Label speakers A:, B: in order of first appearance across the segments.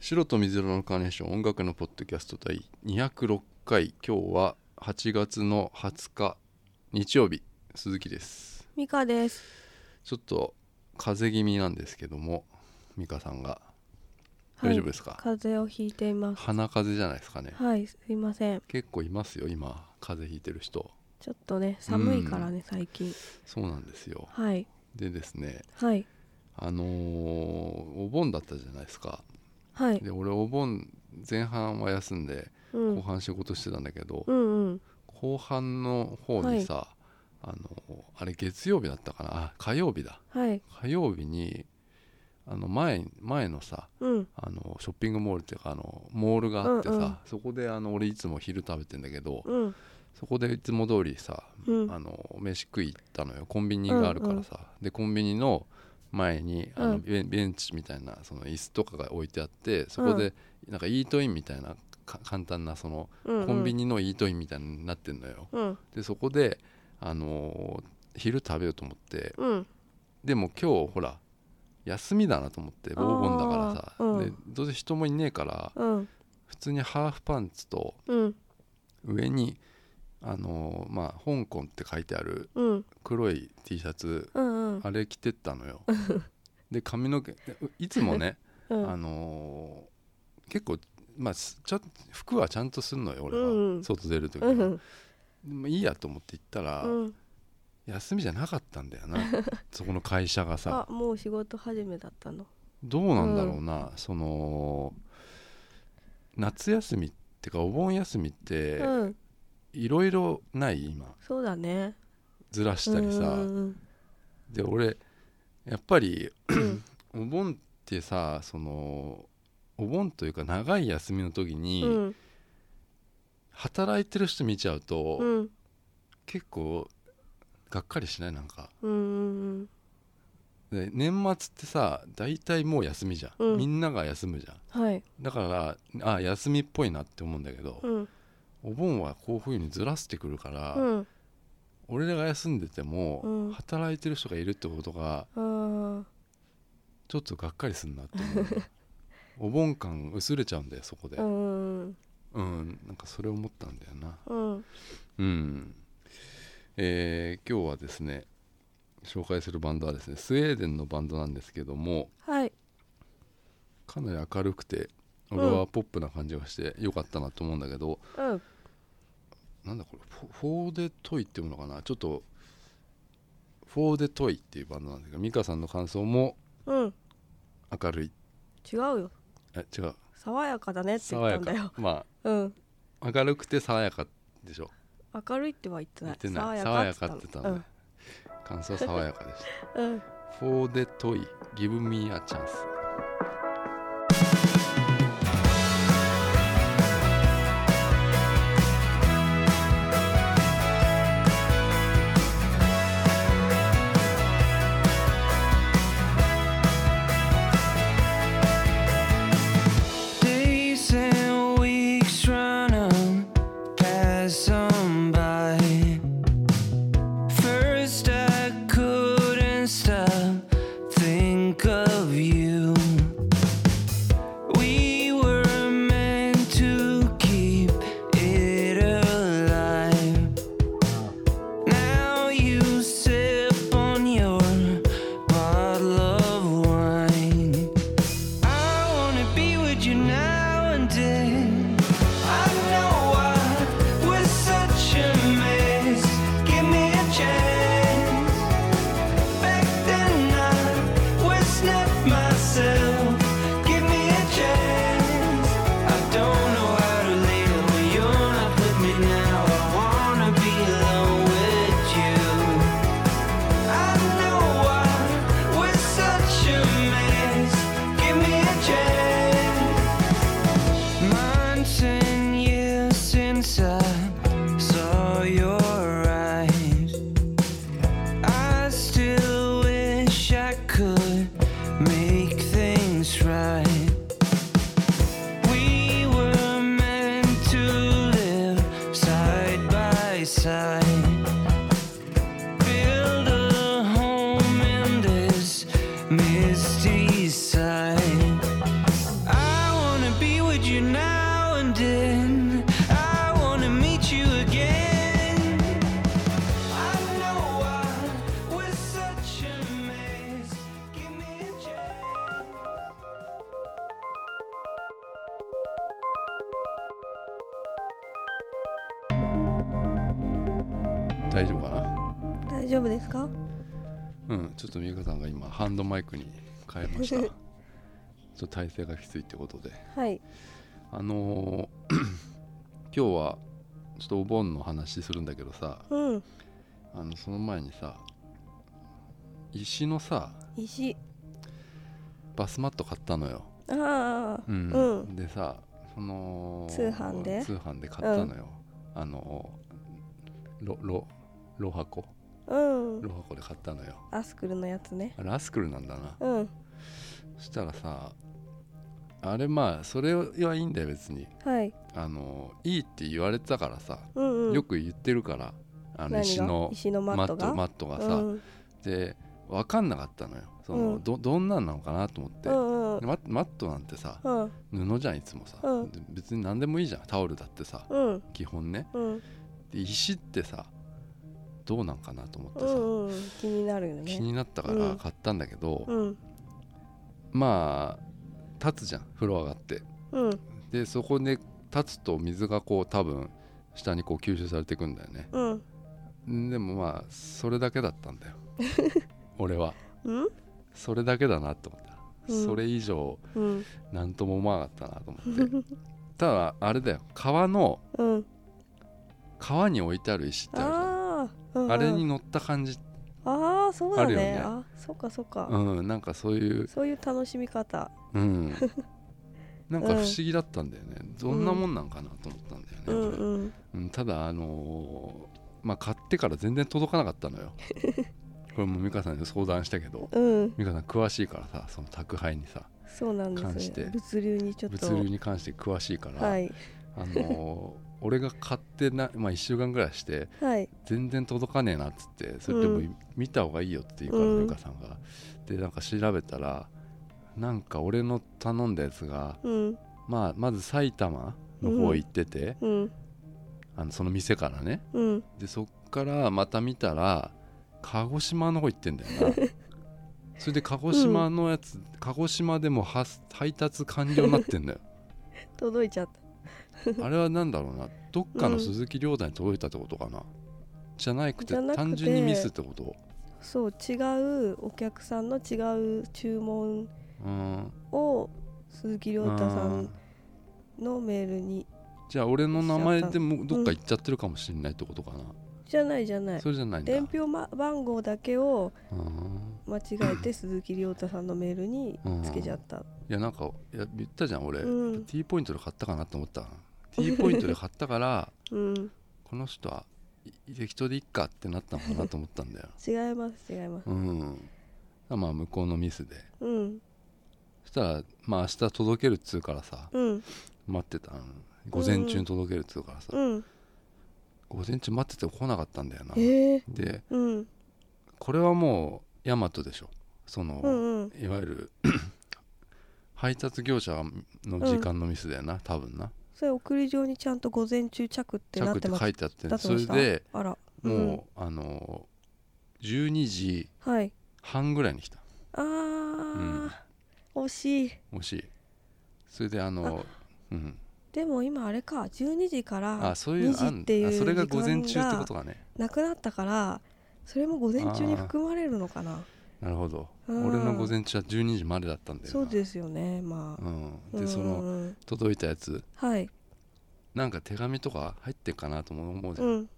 A: 白と水色のカーネーション音楽のポッドキャスト第206回今日は8月の20日日曜日鈴木です
B: ミカです。
A: ちょっと風邪気味なんですけども美香さんが
B: はい
A: 大丈夫ですか、
B: 風邪をひいています。
A: 鼻風邪じゃないですかね
B: はい、すいません。
A: 結構いますよ今風邪ひいてる人
B: ちょっとね、寒いからね、最近。
A: そうなんですよ
B: はい、
A: でですね
B: はい、
A: あのーお盆だったじゃないですか
B: はい。
A: で俺お盆前半は休んで
B: う
A: 後
B: ん、
A: 半仕事してたんだけど、
B: うん、うん。
A: 後半の方にさ、あのあれ月曜日だったかなあ火曜日だ
B: はい、
A: 火曜日にあの前前のさ
B: うん、
A: あのショッピングモールっていうかあのモールがあってさ、
B: うんうん
A: そこであの俺いつも昼食べてんだけど、
B: うん、
A: そこでいつも通りさ、
B: うん
A: あの飯食い行ったのよコンビニがあるからさ、でコンビニの前にあの
B: うん
A: ベンベンチみたいなその椅子とかが置いてあってそこでなんかイートインみたいなか簡単なその
B: うん。
A: コンビ。ニのイートインみたいになってんのよ、
B: うん、
A: でそこで、あのー昼食べようと思って
B: うん、
A: でも今日ほら休みだなと思ってボーボンだからさ、
B: あーうん
A: でどうせ人もいねえから
B: うん、
A: 普通にハーフパンツと
B: うん、
A: 上に、あのーまあ、香港って書いてある
B: うん、
A: 黒い T シャツ
B: うん、うん。
A: あれ着てったの よで髪の毛いつもね、
B: うん
A: あのー結構まあすちゃん服はちゃんとすんのよ俺は、
B: うんうん
A: 外出る時
B: う
A: は、
B: ん、
A: でもいいやと思って行ったら、
B: うん。
A: 休みじゃなかったんだ よなそこの会社がさ
B: あ、もう仕事始めだったの。
A: どうなんだろうな、その夏休みってかお盆休みって
B: うん、
A: いろいろない今
B: そうだね。
A: ずらしたりさ、
B: うんうん
A: で俺やっぱり
B: うん、
A: お盆ってさそのお盆というか長い休みの時に、
B: うん、
A: 働いてる人見ちゃうと、
B: うん、うん、
A: 結構がっかりしないなんか
B: うん、
A: で年末ってさ大体もう休みじゃん、
B: うん
A: みんなが休むじゃん
B: うん。はい、
A: だからあ休みっぽいなって思うんだけど
B: う、ん、
A: お盆はこういうふうにずらしてくるから、
B: うん。
A: 俺らが休んでても、
B: うん
A: 働いてる人がいるってことが
B: あ
A: ちょっとがっかりするなって思うお 盆感薄れちゃうんだよそこで
B: あ、う、ん、
A: うん、なんかそれ思ったんだよな
B: うん、
A: うんえー今日はですね紹介するバンドはですねスウェーデンのバンドなんですけども
B: はい、
A: かなり明るくて俺はポップな感じがして良かったなと思うんだけど、
B: うん、
A: なんだこれフォフォーデトイっていうのかなちょっとフォーデトイっていうバンドなんですけど美香さんの感想も
B: うん。
A: 明るい
B: 違うよ。
A: え違う
B: 爽やかだねって言っ
A: 爽
B: た
A: や
B: んだよ
A: か。ま
B: うん。
A: あ明るくて爽やかでしょ
B: 明るいっては言ってな
A: 言っ
B: い。
A: てない爽やかって言ったのね、感想は爽やかでした
B: うん。うん。
A: For the toy, give me a chance.
C: Days and weeks run on, pass on by. First, I couldn't stop, think of you.
A: 大丈夫かな
B: 大丈夫ですか
A: うんちょっと美香さんが今ハンドマイクに変えましたちょっと体勢がきついってことで
B: はい
A: あのー 今日はちょっとお盆の話するんだけどさ
B: うん
A: あのその前にさ石のさ
B: 石
A: バスマット買ったのよ、
B: ああ
A: うん
B: う
A: でさその
B: 通販で
A: 通販で買ったのよ、あのロロロハコ
B: うん
A: ロハコで買ったのよ
B: アスクルのやつね
A: あラスクルなんだな
B: うん
A: そしたらさあれまあそれはいいんだよ別に
B: はい
A: あのいいって言われてたからさ、
B: うんうん
A: よく言ってるからあの
B: 何が
A: 石の
B: 石のマ
A: マ
B: ッ
A: ッ
B: ト
A: ト
B: が
A: マットがさ、
B: うん
A: で分かんなかったのよその、
B: うん
A: どどんなんなのかなと思って、
B: うんうん
A: でママットなんてさ
B: うん
A: 布じゃんいつもさ、
B: うん
A: で別に何でもいいじゃんタオルだってさ
B: うん
A: 基本ね
B: うん
A: で石ってさどうなんかなと思って
B: う
A: さ、
B: んうん気になるよ
A: 気
B: ね
A: になったか
B: う
A: ら
B: ん
A: 買ったんだけど、
B: うん
A: まあ立つじゃん風呂上がって
B: うん
A: でそこで立つと水がこう多分下にこう吸収されていくんだよね
B: うん
A: でもまあそれだけだったんだ よ俺は
B: うん
A: それだけだなと思った、
B: うん
A: それ以上
B: うん
A: 何とも思わなかったなと思って ただあれだよ川の
B: うん
A: 川に置いてある石ってあるじゃん
B: ああうんうん
A: あれに乗った感じ、
B: ああそうだね
A: あるよね
B: あそっかそっか、
A: うん、なんかそういう、
B: そういう楽しみ方
A: うん、なんか不思議だったんだよね、どんなもんなんかなと思ったんだよね、
B: うん
A: 俺
B: うん
A: うん、ただあのーまあ買ってから全然届かなかったの よこれも美香さんに相談したけど
B: うん
A: 美香さん詳しいからさその宅配にさ
B: そうなん
A: 関し
B: です
A: て
B: よ物流にちょっと
A: 物流に関して詳しいから、
B: はい
A: あのー俺が買ってな、まあ、1週間ぐらいして
B: はい
A: 全然届かねえなっつってそれでも
B: うん
A: 見た方がいいよって言うから、
B: うん
A: 美香さんがでなんか調べたらなんか俺の頼んだやつが、
B: うん
A: まあ、まず埼玉の方行ってて、
B: うん
A: あのその店からね
B: うん
A: でそっからまた見たら鹿児島の方行ってんだ よなそれで鹿児島のやつ、鹿児島でも発配達完了になってんだよ
B: 届いちゃっ
A: あれは何だろうなどっかの鈴木亮太に届いたってことかな、じゃなくて
B: じゃなくて
A: 単純にミスってこと
B: たそう違うお客さんの違う注文
A: うん
B: を鈴木亮太さ
A: うん
B: んのメールに
A: じゃあ俺の名前でもどっか行っちゃってるかもしれないってことかな、
B: じゃないじゃない
A: それじゃないんだ
B: 伝票、ま、番号だけを
A: うん
B: 間違え て鈴木亮太さんのメールにつけちゃった
A: いやなんかいや言ったじゃん俺、
B: うん
A: T ポイントで買ったかなと思った T ポイントで買ったから
B: うん
A: この人はい適当でいっかってなったのかなと思ったんだよ
B: 違います違います
A: うんまあ向こうのミスで
B: うん
A: そしたらまあ明日届けるっつうからさ
B: うん
A: 待ってたの午前中に届けるっつうからさ、
B: うん
A: 午前中待ってて来なかったんだよな
B: ええ
A: で
B: うん
A: これはもうヤマトでしょその、
B: うんうん
A: いわゆる 配達業者の時間のミスだよな、多分な
B: それ送り状にちゃんと午前中着ってな
A: 着っ
B: っ
A: てて
B: ます
A: 書いてあって
B: なって
A: そ
B: ま
A: れ
B: した
A: で
B: あら
A: もう、あの12時
B: うんはい
A: 半ぐらいに来た
B: あー、惜しい
A: もしそれであのうん
B: でも今あれか12時から
A: あそういう
B: 2
A: のあ
B: 時
A: ん
B: っていう
A: あそれが
B: 時
A: 午前中って
B: 間
A: こと
B: が
A: かね
B: なくなったからそれも午前中に含まれるのかな
A: なるほど
B: うん
A: 俺の午前中は12時までだったんだよな
B: そうですよねまあ
A: うん、
B: う
A: で
B: ん
A: その
B: うん
A: 届いたやつ
B: はい
A: なんか手紙とか入ってっかなとも思うじゃ、
B: うんん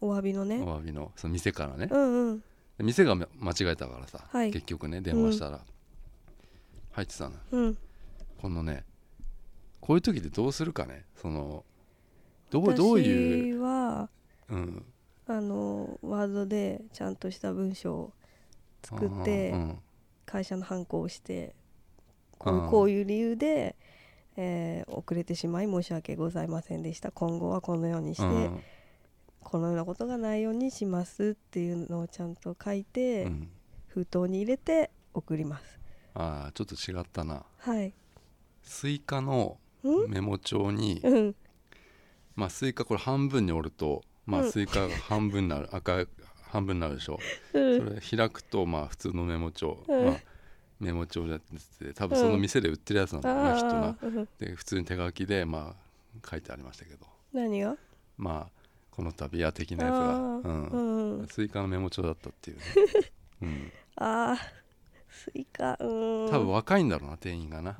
B: お詫びのね
A: お詫びのその店からね、
B: うんうん
A: で店が間違えたからさ、
B: はい
A: 結局ね電話したら、入ってたな
B: うん
A: このねこういう時でどうするかねそのどうどういう、
B: 私は
A: うん、
B: あのワードでちゃんとした文章を作って
A: うんうん
B: 会社の反抗をしてこう
A: あ
B: い
A: ー
B: うこういう理由で、えー遅れてしまい申し訳ございませんでした今後はこのようにして、
A: うん
B: このようなことがないようにしますっていうのをちゃんと書いうて、
A: ん、
B: 封筒に入れて送ります
A: ああちょっと違ったな
B: はい
A: スイカの
B: うん
A: メモ帳に、
B: うん
A: まあスイカこれ半分に折ると、まあ
B: うん
A: スイカが半分になる赤い半分になるでしょ
B: う
A: そ
B: ん
A: れ開くとまあ普通のメモ帳、
B: うん
A: まあメモ帳じゃなくて多分その店で売ってるやつなんだよね、きっとな
B: ああ、うん
A: で普通に手書きでまあ書いてありましたけど
B: 何が
A: まあこの度は的なやつが、
B: あー
A: うん
B: うん
A: スイカのメモ帳だったって いうね、うん、
B: あースイカうーん
A: 多分若いんだろうな店員がな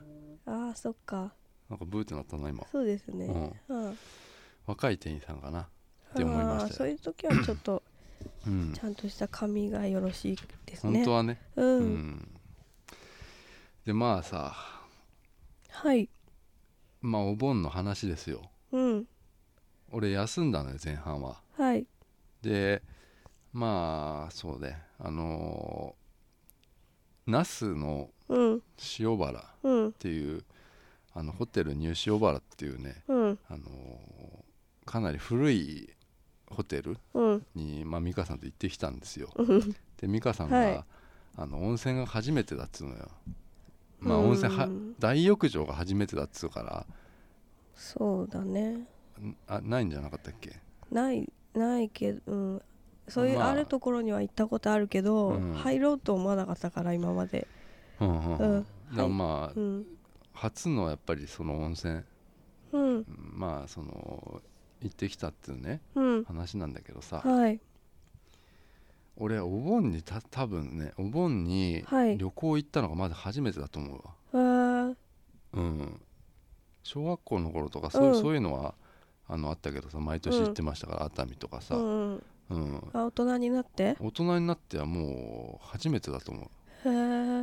B: あーそっか
A: なんかブーってなったな今、
B: そうです
A: う
B: ね、
A: ん、
B: うん、っ
A: 若い店員さんかなて思いましたよ
B: そういう時はちょっと
A: うん
B: ちゃんとした紙がよろしいですね
A: 本当はね
B: うん、
A: うんでまあさ
B: はい
A: まあお盆の話ですよ
B: うん
A: 俺休んだのよ前半は
B: はい
A: でまあそうねあのー那須の
B: うん
A: 塩原っ
B: うん
A: ていうあのホテルニュー塩原っていうね、
B: うん
A: あのーかなり古いホテル
B: うん
A: に、まあ、美香さんと行ってきたんですよ
B: うん
A: で美香さんが、
B: はい
A: あの温泉が初めてだっつうのよまあ
B: うん
A: 温泉は大浴場が初めてだっつうから
B: そうだね
A: んあないんじゃなかったっけ
B: ないないけど、うん、そういう
A: まあ
B: あるところには行ったことあるけど、
A: うん
B: 入ろうと思わなかったから今まで、
A: うんうん
B: う
A: うんんだからまあ
B: うん
A: 初のやっぱりその温泉
B: うん
A: まあその行ってきたっていうね
B: うん
A: 話なんだけどさ
B: はい
A: 俺お盆にた多分ねお盆に
B: はい
A: 旅行行ったのがまず初めてだと思うわ、
B: あー
A: うん小学校の頃とかそういう,、
B: うん
A: そういうのはあのあったけどさ毎年行ってましたから、熱海とかさ、
B: う
A: うん
B: んうんあ大人になって
A: 大人になってはもう初めてだと思
B: へえ
A: う、う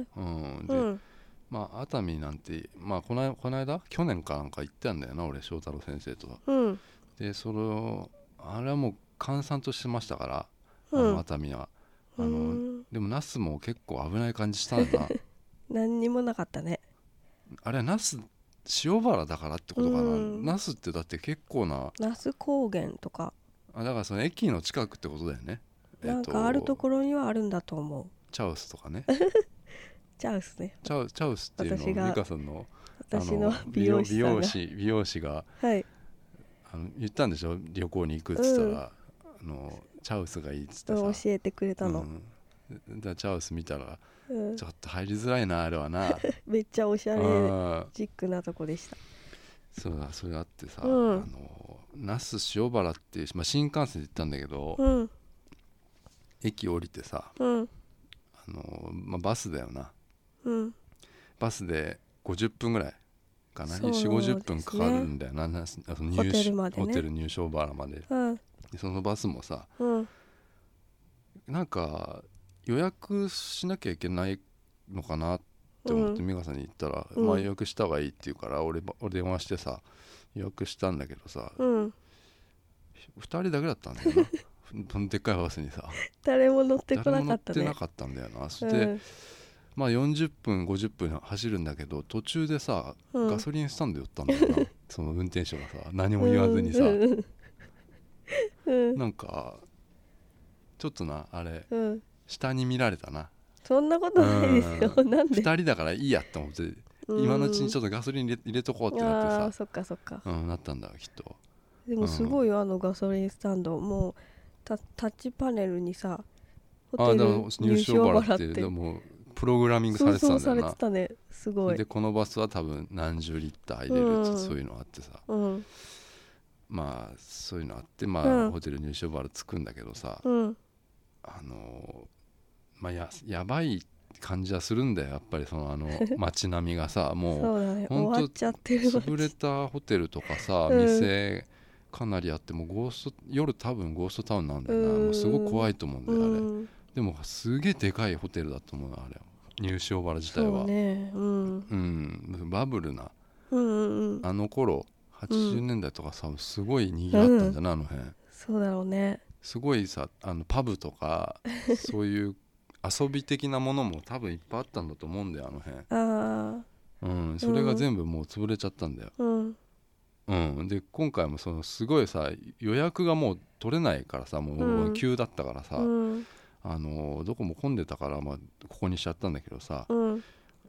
A: んで
B: うん
A: まあ熱海なんて、まあ、このこの間去年かなんか行ったんだよな俺翔太郎先生と
B: うん
A: でそれをあれはもう閑散としてましたから、
B: う
A: あの
B: ん
A: 熱海はあ
B: う
A: の
B: ん
A: でも那須も結構危ない感じしたんだな
B: 何にもなかったね
A: あれは那須塩原だからってことかな、
B: うん
A: 那須ってだって結構な
B: 那須高原とか
A: あだからその駅の近くってことだよね
B: なんかあるところにはあるんだと思う
A: チャウスとかね
B: チャウスね
A: チャウチャウスっていうの
B: 私が
A: を美香さんのあ
B: 私の美容師
A: 美
B: さん
A: 容
B: が
A: 師美容師が
B: はい
A: あの言ったんでしょ旅行に行くっつったら、あのチャウスがいいっつってさ、
B: うん教えてくれた
A: う
B: の
A: んだからチャウス見たら
B: うん
A: ちょっと入りづらいなあれはな
B: めっちゃおしゃれ
A: うん
B: ジックなとこでした
A: そうだそれあってさ、
B: うん
A: あの那須塩原っていう、まあ、新幹線で行ったんだけど、
B: うん
A: 駅降りてさ
B: うん
A: あの、まあ、バスだよな
B: うん
A: バスで50分ぐらいかな、
B: そうです
A: 4
B: ね
A: 五5 0分かかるんだよななその入
B: ホテルまでね
A: ホテル入賞原まで
B: うん
A: でそのバスもさ
B: うん
A: なんか予約しなきゃいけないのかなって思って美香さんに言ったら、
B: うん
A: まあ、予約した方がいいって言うから俺ば俺電話してさ予約したんだけどさ、
B: うん
A: 2人だけだったんだ よなそのでっかいバスにさ
B: 誰も乗ってこ
A: 誰
B: な
A: も
B: か
A: 乗っ
B: った
A: て
B: ね
A: なかったんだよなそして、
B: うん
A: まあ40分50分走るんだけど途中でさ、
B: うん
A: ガソリンスタンド寄ったんだよ なその運転手がさ何も言わずにさ、
B: うんうん
A: なんかちょっとなあれ
B: うん
A: 下に見られたな
B: そんなことないですよ
A: う
B: なんで
A: 2人だからいいやって思って今のうちにちょ
B: っ
A: っとガソリン入れ入れとこうって
B: あ
A: な
B: ー
A: って
B: そっかそっか
A: さ、うん、なったんだよきっと
B: でもすごいよあのガソリンスタンドもうタタッチパネルにさ
A: あ
B: ホ
A: あ
B: テ
A: で
B: ル
A: も
B: 入
A: 入賞
B: 賞
A: バ
B: バ
A: ラ
B: ラ
A: っ
B: ってて
A: でもプログラミングさ
B: そ
A: れ
B: う
A: てた
B: そ
A: ん
B: う
A: だ
B: さ
A: よ
B: れ
A: な
B: てたねすごい
A: でこのバスは多分何十リッター入れるって、
B: うん
A: そういうのあってさ
B: うん
A: まあそういうのあってまあ、
B: うん
A: ホテル入賞バラ着くんだけどさ、
B: うん
A: あのまあややばい感じはするんだよやっぱりそ のあの街並みがさもう
B: そうだね
A: ほんと
B: 終わっちゃってる
A: 潰れたホテルとかさ、
B: うん
A: 店かなりあってもうゴースト夜多分ゴーストタウンなんだよな、
B: うん
A: もうすごい怖いと思うんだ
B: う
A: よあれ、
B: ん
A: でもすげえでかいホテルだと思うなあれ入賞原自体
B: そ
A: は
B: うねうん
A: うんバブルな
B: うんうんうん
A: あの頃80年代とかさ、すごい賑わったんじゃない、あの辺
B: そうだろうね
A: すごいさあのパブとかそういう遊び的なものも多分いっぱいあったんだと思うんだよあの辺
B: ああ
A: うん、それが全部もう潰れちゃったんだよ、
B: うん
A: うん、で今回もそのすごいさ予約がもう取れないからさも
B: うん
A: う急だったからさ、
B: うん
A: あのどこも混んでたから、まあ、ここにしちゃったんだけどさ
B: うん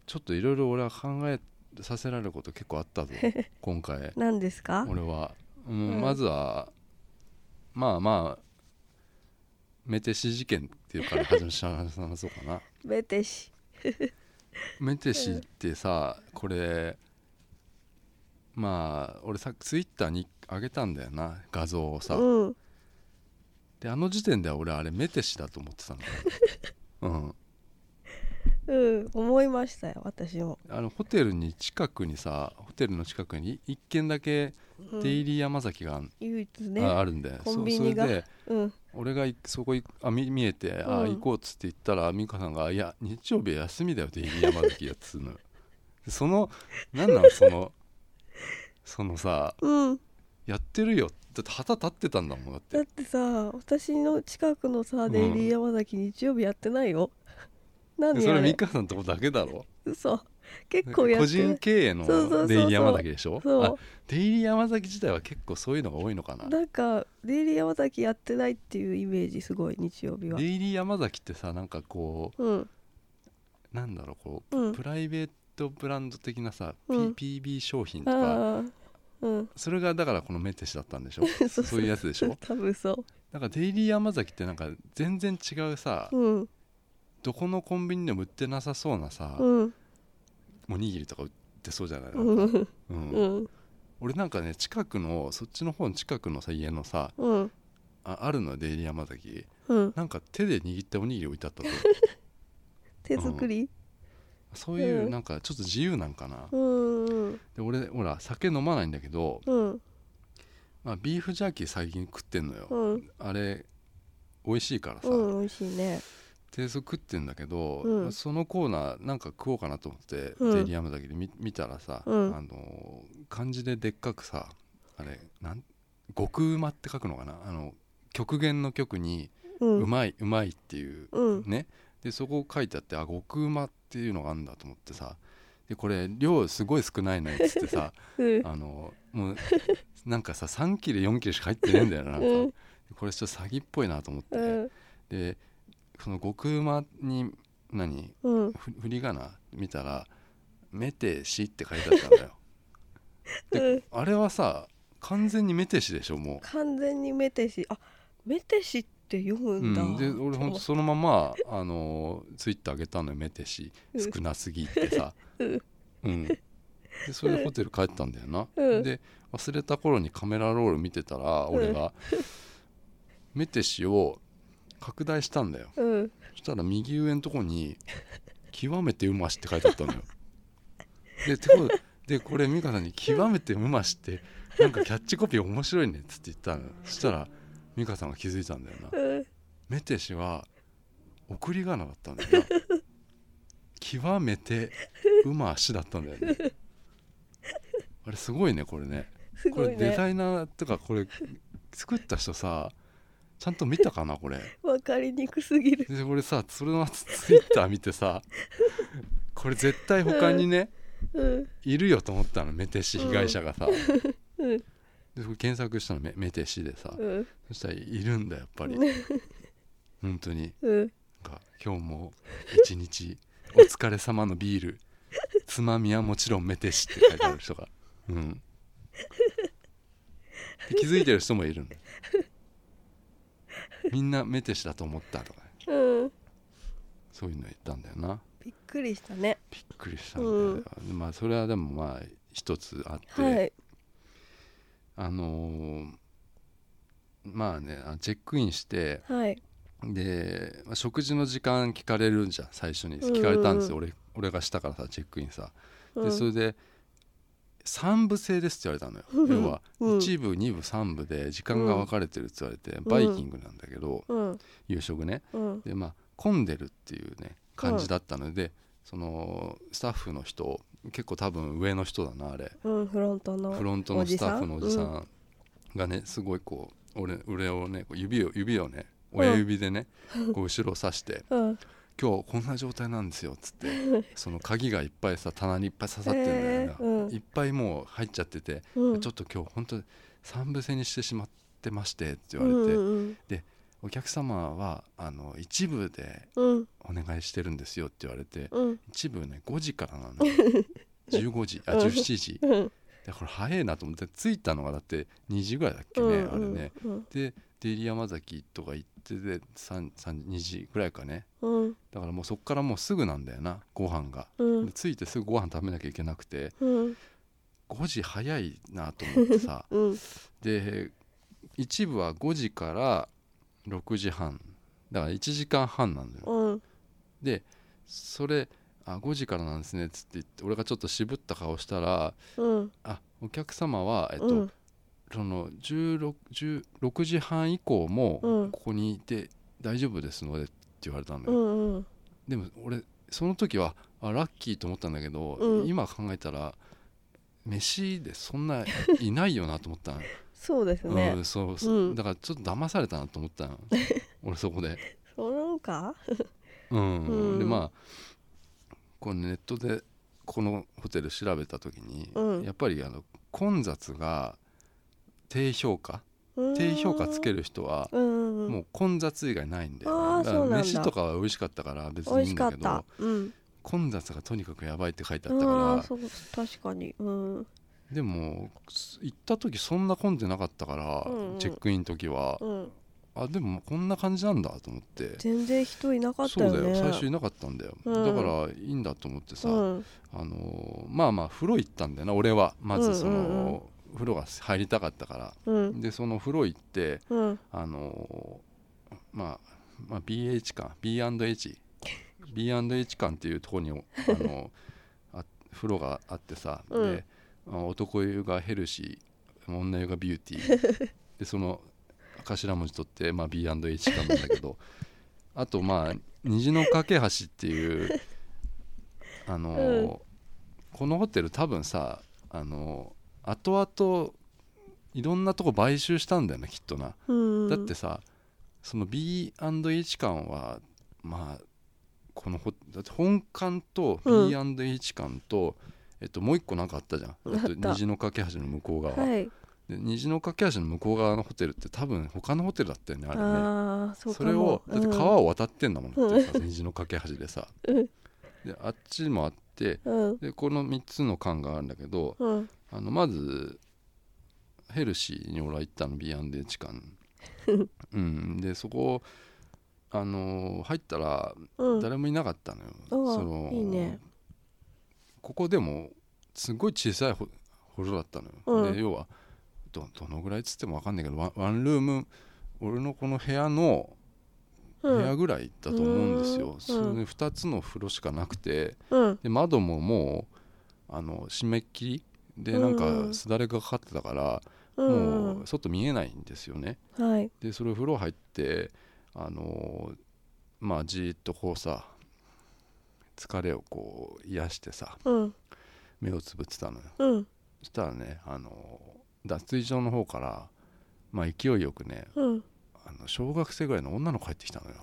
A: ちょっといろいろ俺は考えさせられること結構あった ぞ今回
B: 何ですか
A: 俺は、うん
B: うん
A: まずはまあまあメテシ事件っていうから始め話そうかな
B: ベテシ
A: メテシってさこれまあ俺さツイッターに上げたんだよな画像をさ、
B: うん
A: であの時点では俺あれメテシだと思って たんだよ、うん、
B: うん思いましたよ私も、
A: あのホテルに近くにさホテルの近くに一軒だけ
B: うん
A: デイリー山崎があん、
B: 唯一
A: あ
B: ね
A: あるんで
B: コンビニが
A: そそれで
B: うん
A: 俺がいそこいあみ見えて、あ
B: うん
A: 行こうっつって言ったら美香さんが「いや日曜日は休みだよ」って言い山崎やつうのよ でそのなんなのそのそのさ
B: うん
A: やってるよだって旗立ってたんだもんだっ
B: だっててさ私の近くのさ
A: ん
B: デイリー山崎日曜日やってないよ、
A: で
B: 何
A: そ
B: あ
A: れ
B: れ
A: 美香さんとこだけだろ
B: 嘘結構や
A: 個
B: って
A: 人
B: る
A: 経営の
B: そうそうそうそう
A: デイリー山崎でしょ
B: そ
A: あデイリー山崎自体は結構そういうのが多いのかな
B: うなんかデイリー山崎やってないっていうイメージすごい日曜日は
A: デイリー山崎ってさなんかこ
B: うん
A: うなんだろうこう、
B: うん
A: プライベートブランド的なさ、
B: うん
A: PPB 商品とか
B: ああうん
A: それがだからこのメテシだったんでしょ
B: そう
A: そういうやつでしょ
B: 多分そ
A: なんかデイリー山崎ってなんか全然違うさ、
B: ううん
A: どこのコンビニでも売ってなさそうなさ、
B: うん
A: おにぎりとか売ってそうじゃない、
B: うん
A: うん
B: うん
A: 俺なんかね近くのそっちの方の近くのさ家のさ
B: うん
A: ああるのよデイリー山崎
B: うん
A: なんか手で握ったおにぎり置いてあ ったと
B: 手作り
A: そういううんなんかちょっと自由なんかな、
B: うんうん
A: で俺ほら酒飲まないんだけど、
B: うん
A: まあ、ビーフジャーキー最近食ってんのよ、
B: うん
A: あれ美味しいからさ、
B: うん美味しいね
A: 低速食ってんだけど、
B: うん
A: そのコーナーなんか食おうかなと思って、
B: うん
A: デイリーアムだけで見見たらさ、
B: うん
A: あのー漢字ででっかくさあれなん極馬って書くのかなあの極限の極に
B: う
A: うんまいうまいっていう、
B: うん
A: ねでそこ書いてあってあ極馬っていうのがあるんだと思ってさでこれ量すごい少ないねっつってさ
B: うん
A: あのもうなんかさ3切れ4切れしか入ってねえんだよななんか、
B: うん
A: これちょっと詐欺っぽいなと思って、
B: うん
A: でその極馬に何
B: うん
A: ふ振り仮名見たら「メテシ」って書いてあったん だよ
B: うん
A: あれはさ完全にメテシでしょも
B: 完全にメテシあメテシって読む
A: う、
B: んだ、
A: うんで俺ほんとそのままあのツイッター上げたのよ「メテシ
B: うん
A: 少なすぎ」ってさ
B: うん
A: うんでそれでホテル帰ったんだよな、
B: うん
A: で忘れた頃にカメラロール見てたら俺が「メテシ」を拡大したんだよ
B: うん
A: そしたら右上のとこに 「極めてうまし」って書いてあったのよ。でてこでこれ美香さんに「極めてうまし」ってなんかキャッチコピー面白いねっつって言ったのよそしたら美香さんが気づいたんだよな
B: うん
A: 「メテシ」は送り仮名だったんだよな「極めてうまし」だったんだよねあれすごいねこれね
B: す
A: こ
B: ご
A: れ
B: い
A: デ
B: ね
A: ザイナーとかこれ作った人さちゃんと見たかなこれ
B: わかりにくすぎる
A: で俺さそれのツツイッター見てさこれ絶対他にね、
B: うん
A: いるよと思ったのメテシ被害者がさ、
B: うん
A: でそれ検索したのメメテシでさ、
B: うん
A: そしたらいるんだやっぱり本当に
B: うん
A: なんか今日も一日お疲れ様のビールつまみはもちろんメテシって書いてある人がうんで気づいてる人もい るのみんなメテシだと思ったとかね
B: うん
A: そういうの言ったんだよな
B: びっくりしたね
A: びっくりしたんだよ、まあそれはでもまあ一つあって、
B: はい
A: あのーまあねあチェックインして
B: はい
A: で、まあ食事の時間聞かれるんじゃん最初に
B: うんうん
A: 聞かれたんですよ、俺俺がしたからさチェックインさ、
B: う
A: で
B: ん
A: それで3部制ですって言われたの
B: うん
A: よ要は
B: うん
A: 1部2部3部で時間が分かれてるって言われて、バイキングなんだけど、
B: うん
A: 夕食ね
B: うん
A: でまあ混んでるっていうね感じだったので、そのスタッフの人結構多分上の人だなあれ
B: うんフロントの
A: フロントのスタッフのおじさんがねすごいこう俺俺をねこう指を指をね
B: うん
A: 親指でね、こう後ろを指して
B: うん
A: 「今日こんな状態なんですよ」っつっ てその鍵がいっぱいさ棚にいっぱい刺さってるんだよね、
B: えーうん
A: いっぱいもう入っちゃってて、
B: うん
A: ちょっと今日本当三部制にしてしまってまして」って言
B: う
A: われ
B: ん
A: て、
B: うん
A: お客様はあの一部で
B: うん
A: お願いしてるんですよ」って言われて
B: うん
A: 一部ね5時からなの よ15時あ
B: うん
A: 17時
B: うん
A: でこれ早いなと思って着いたのがだって2時ぐらいだっけね、あれね
B: うん
A: でデイリー山崎とか行ってで3 3 2時ぐらいかね
B: うん
A: だからもうそっからもうすぐなんだよなご飯が、
B: うん
A: で着いてすぐご飯食べなきゃいけなくて
B: うん
A: 5時早 いなと思ってさ
B: うん
A: で一部は5時から6時半だから1時間半なんだよ
B: うん
A: でそれあ5時からなんですねっつって言って俺がちょっと渋った顔したら
B: うん
A: あお客様は、えっと
B: うん
A: その16 16時半以降も
B: うん
A: ここにいて大丈夫ですのでって言われたんだ
B: う
A: よ、
B: んうん
A: でも俺その時はあラッキーと思ったんだけど、
B: うん
A: 今考えたら飯でそん ないないよなと思ったの、
B: そうですね、
A: うんそう、
B: うん
A: だからちょっと騙されたなと思 ったの俺そこで
B: そうなんか
A: うん、
B: うん
A: でまあこうネットでこのホテル調べた時に、
B: うん
A: やっぱりあの混雑が低評価低
B: 低
A: 評価つける人は
B: うんうんうん
A: もう混雑以外ないんで、
B: あー
A: だから
B: そうなんだ
A: 飯とかは美味しかったから別
B: 美
A: にいい
B: 味し
A: ん
B: か
A: だ
B: っ
A: け
B: た
A: ど
B: うん
A: 混雑がとにかくやばいって書いてあった
B: ああ
A: か
B: そう確かにうん
A: らでもす行った時そんな混んでなかったから、
B: うんうん
A: チェックインの時は
B: う、ん
A: あでもこんな感じなんだと思って。
B: 全然人いなかった
A: そう
B: よ
A: だよ
B: ね
A: 最初いなかったんだよ、
B: うん
A: だからいいんだと思ってさ、
B: うん
A: あのーまあまあ風呂行ったんだよな俺はまずその、
B: うんうん
A: 風呂が入りたかったから
B: うん
A: でその風呂行って
B: うん
A: あのーまあ、まあ、BH 館 B&H B&H 館っていうところにあのーあ風呂があってさ、
B: うん
A: であ男湯がヘルシー女湯がビューティー でその頭文字取って、まあ、B&H 館なんだけ どあとまあ虹の架け橋っていうあのーこのホテル多分さあのー後々いろんなとこ買収したんだよねきっとな
B: うん
A: だってさその B&H 館はまあこのほだって本館と
B: うん
A: B&H 館と、えっと、もう一個なんかあったじゃん
B: あった
A: えっと虹の架け橋の向こう側、
B: はい
A: で虹の架け橋の向こう側のホテルって多分他のホテルだったよねあれね
B: ああそうかも
A: れをだって川を渡ってんだもん、
B: うん
A: だってさ虹の架け橋でさ、
B: うん
A: であっちもあって
B: うん
A: でこの3つの館があるんだけど
B: うん
A: あのまずヘルシーに俺は行ったの B&H 館 うんでそこあのー入ったら
B: うん
A: 誰もいなかったのよ、
B: うん
A: その
B: いいね
A: ここでもすごい小さいほほどだったのよ、
B: うん
A: で要はどどのぐらいっつっても分かんないけどワンワンルーム俺のこの部屋の
B: う
A: 部
B: ん
A: 屋ぐらいだと思うんです
B: う
A: よ
B: ん、
A: それで2つの風呂しかなくて、
B: うん
A: で窓ももうあの締め切りで
B: うん
A: なんかすだれがかかってたから、
B: うん
A: もう外見えないんですよね
B: はい
A: でそれ風呂入ってあのーまあじーっとこうさ疲れをこう癒してさ
B: うん
A: 目をつぶってたのよ
B: うん
A: そしたらねあのー脱衣所の方からまあ勢いよくね
B: うん
A: あの小学生ぐらいの女の子入ってきたのよ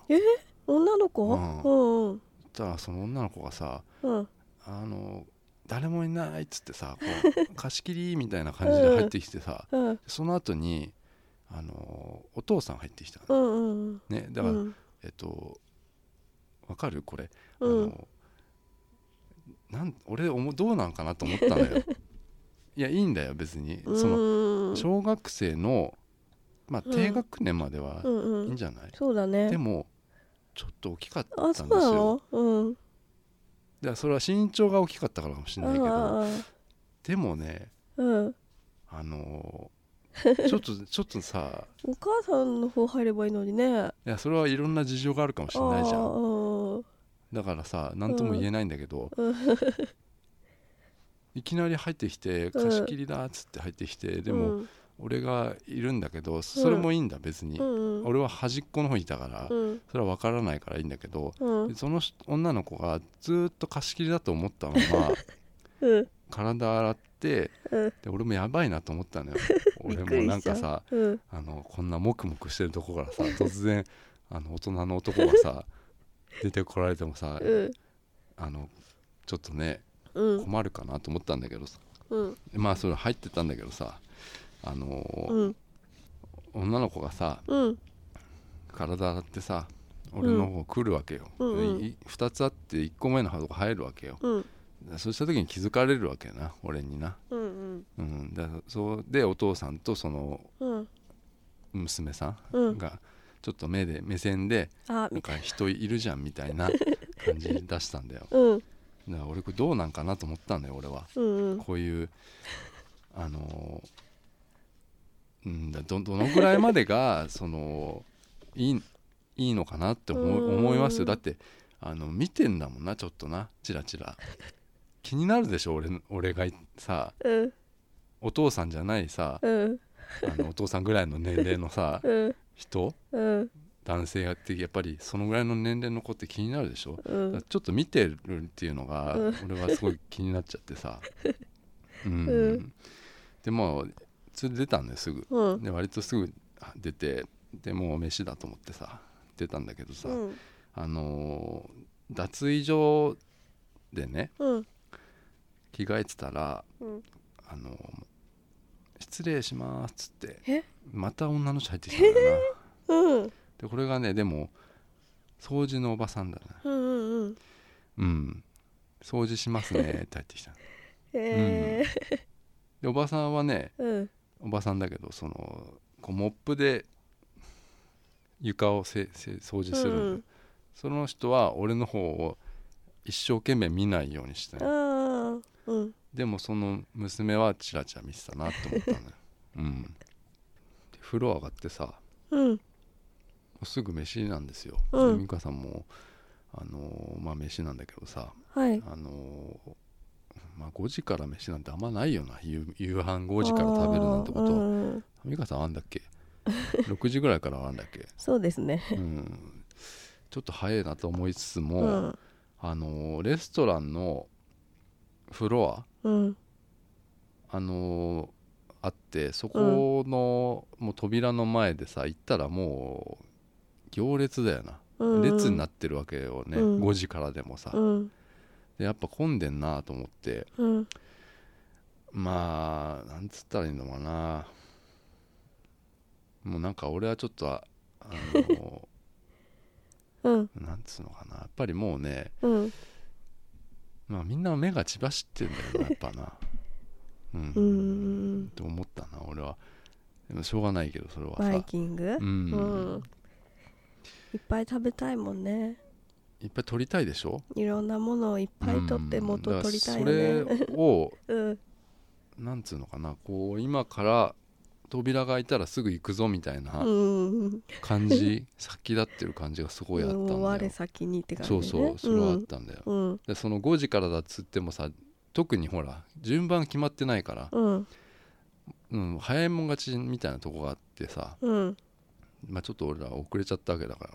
B: 女の
A: うん
B: 子うん
A: そしたらその女の子がさ
B: うんうん
A: あのー誰もいないっつってさこ う貸し切りみたいな感じで入ってきてさ、
B: うん
A: その後にあのお父さん入ってきた
B: う
A: の、
B: んうん
A: ねだから、
B: うん
A: えっとわかるこれ、
B: う
A: あ
B: ん
A: のなん俺おもどうなんかなと思ったの よいやいいんだよ別にその
B: の
A: 小学生のまあ
B: うん
A: 低学年までは
B: うんう
A: いいん
B: ん
A: じゃない、
B: そうだね
A: でもちょっと大きかったん
B: あ
A: です
B: そうな
A: よ
B: のうん
A: だからそれは身長が大きかったからかもしれないけど
B: ああ
A: でもね
B: うん
A: あのちょっ とちょっとさ
B: お母さんの方入ればいいのにね
A: いやそれはいろんな事情があるかもしれないじゃんだからさ何とも言えないんだけど、
B: うん
A: いきなり入ってきて貸し切りだっつって入ってきて、でも俺がいるんだけどそれもいいんだ別に、
B: 俺
A: 俺は端っこの方にいたから、
B: うん
A: それは分からないからいいんだけど、
B: うんうん
A: その女の子がずーっと貸し切りだと思ったまま
B: うん
A: 体洗って
B: うん
A: で俺もやばいなと思ったのよ俺
B: びっくり
A: も
B: し
A: なんかさ
B: うん
A: あのこんなモクモクしてるとこ からさ突然あの大人の男がさ出てこられてもさ、
B: うん
A: あのちょっとね
B: うん
A: 困るかなと思ったんだけどさ
B: うん
A: まあそれ入ってたんだけどさあのー
B: うん
A: 女の子がさ
B: うん
A: 体洗ってさ俺の方来るわけよ、
B: うんうんうん
A: い2つあって1個目の方が入るわけよ
B: うん
A: そうした時に気づかれるわけな俺にな、
B: うん
A: うん、だそうでお父さんとその
B: うん
A: 娘さ
B: うん
A: んがちょっと目で目線で
B: あ
A: なんか人いるじゃんみたいな感じ出したんだよ
B: うん
A: だから俺これどうなんかなと思ったんだよ俺は
B: うんうん
A: こういうあのーうんだどどのぐらいまでがそのいいいいのかなって思
B: う
A: うん思いますよだってあの見てんだもんなちょっとなチラチラ気になるでしょ俺の俺がさ
B: うん
A: お父さんじゃないさ
B: うん
A: あのお父さんぐらいの年齢のさ
B: うん
A: 人
B: うん
A: 男性やってやっぱりそのぐらいの年齢の子って気になるでしょ
B: う
A: だか
B: ん
A: らちょっと見てるっていうのが
B: うん
A: 俺はすごい気になっちゃって さうん、
B: うん
A: でまあそれ出たんですぐ
B: うん
A: で割とすぐあ出てでもう飯だと思ってさ出たんだけどさ、
B: うん
A: あのー脱衣所でね
B: うん
A: 着替えてたら
B: うん
A: 「あのー失礼します」っつっ
B: え
A: てまた女の人入ってきたんだな
B: うん
A: でこれがねでも掃除のおばさんだな
B: うんうんうん
A: うん掃除しますねって入ってきた
B: え
A: でおばさんはね
B: ーうん
A: おばさんだけどそのこうモップで床をせせ掃除するの、
B: うん
A: その人は俺の方を一生懸命見ないようにして
B: あーうん
A: でもその娘はチラチラ見てたなと思ったの ようんで風呂上がってさも
B: うん
A: うすぐ飯なんですよ、
B: うん
A: で美香さんもあのーまあ飯なんだけどさ
B: はい
A: あのーまあ5時から飯なんてあんまないよな夕夕飯5時から食べるなんてこ
B: あー
A: と
B: うん
A: 美香さんあんだっ け6時ぐらいからあんだっけ
B: そうですね
A: うんちょっと早いなと思いつつも、
B: うん
A: あのーレストランのフロア
B: うん
A: あのーあってそこの、もう扉の前でさ行ったらもう行列だよな、
B: うん
A: 列になってるわけよね、
B: うん
A: 5時からでもさ、
B: うん
A: でやっぱ混んでんなと思って
B: うん
A: まあなんつったらいいのかなもうなんか俺はちょっとああの
B: うん
A: ーなんつうのかなやっぱりもうね、
B: うん
A: まあ、みんな目が血走ってんだ よなやっぱなうん、
B: うんうん
A: と思ったな俺はでもしょうがないけどそれはさ、
B: バイキング
A: うん
B: うんいっぱい食べたいもんね
A: いっぱい取りたいでしょ
B: いろんなものをいっぱい取って元取りたいよ
A: うんだから
B: ね
A: それを
B: うん
A: なんつうのかなこう今から扉が開いたらすぐ行くぞみたいな
B: うん
A: 感じ、 先立ってる感じがすごいあったんだ
B: うん
A: よ、
B: 我先にって感じ
A: そ
B: ね
A: うそうそれはあったんだよ、
B: うん
A: でその5時からだっつってもさ特にほら順番決まってないから、
B: うん
A: うん、早いもん勝ちみたいなとこがあってさ、
B: うん
A: まあ、ちょっと俺ら遅れちゃったわけだか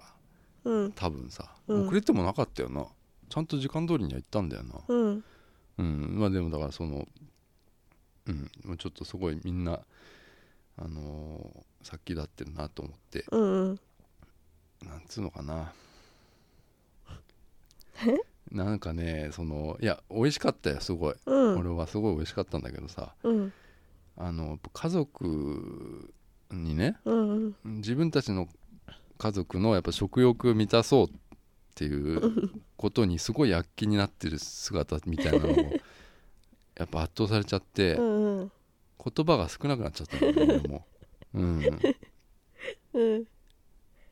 A: ら
B: うん
A: 多分さ、
B: うん
A: 遅れてもなかったよなちゃんと時間通りには行ったんだよな、
B: うん
A: うん、まあでもだからその、うん、もうちょっとすごいみんな、あのーさっきだってるなと思って、
B: うん
A: なんつうのかな。なんかね、その、いや、美味しかったよ、すごい。
B: うん
A: 俺はすごい美味しかったんだけどさ、
B: うん
A: あの、家族にね、
B: うん
A: 自分たちの家族のやっぱ食欲満たそうっていうことにすごい躍起になってる姿みたいなのを、やっぱ圧倒されちゃって、
B: うん
A: 言葉が少なくなっちゃったんだよね俺も、うん、だか
B: うん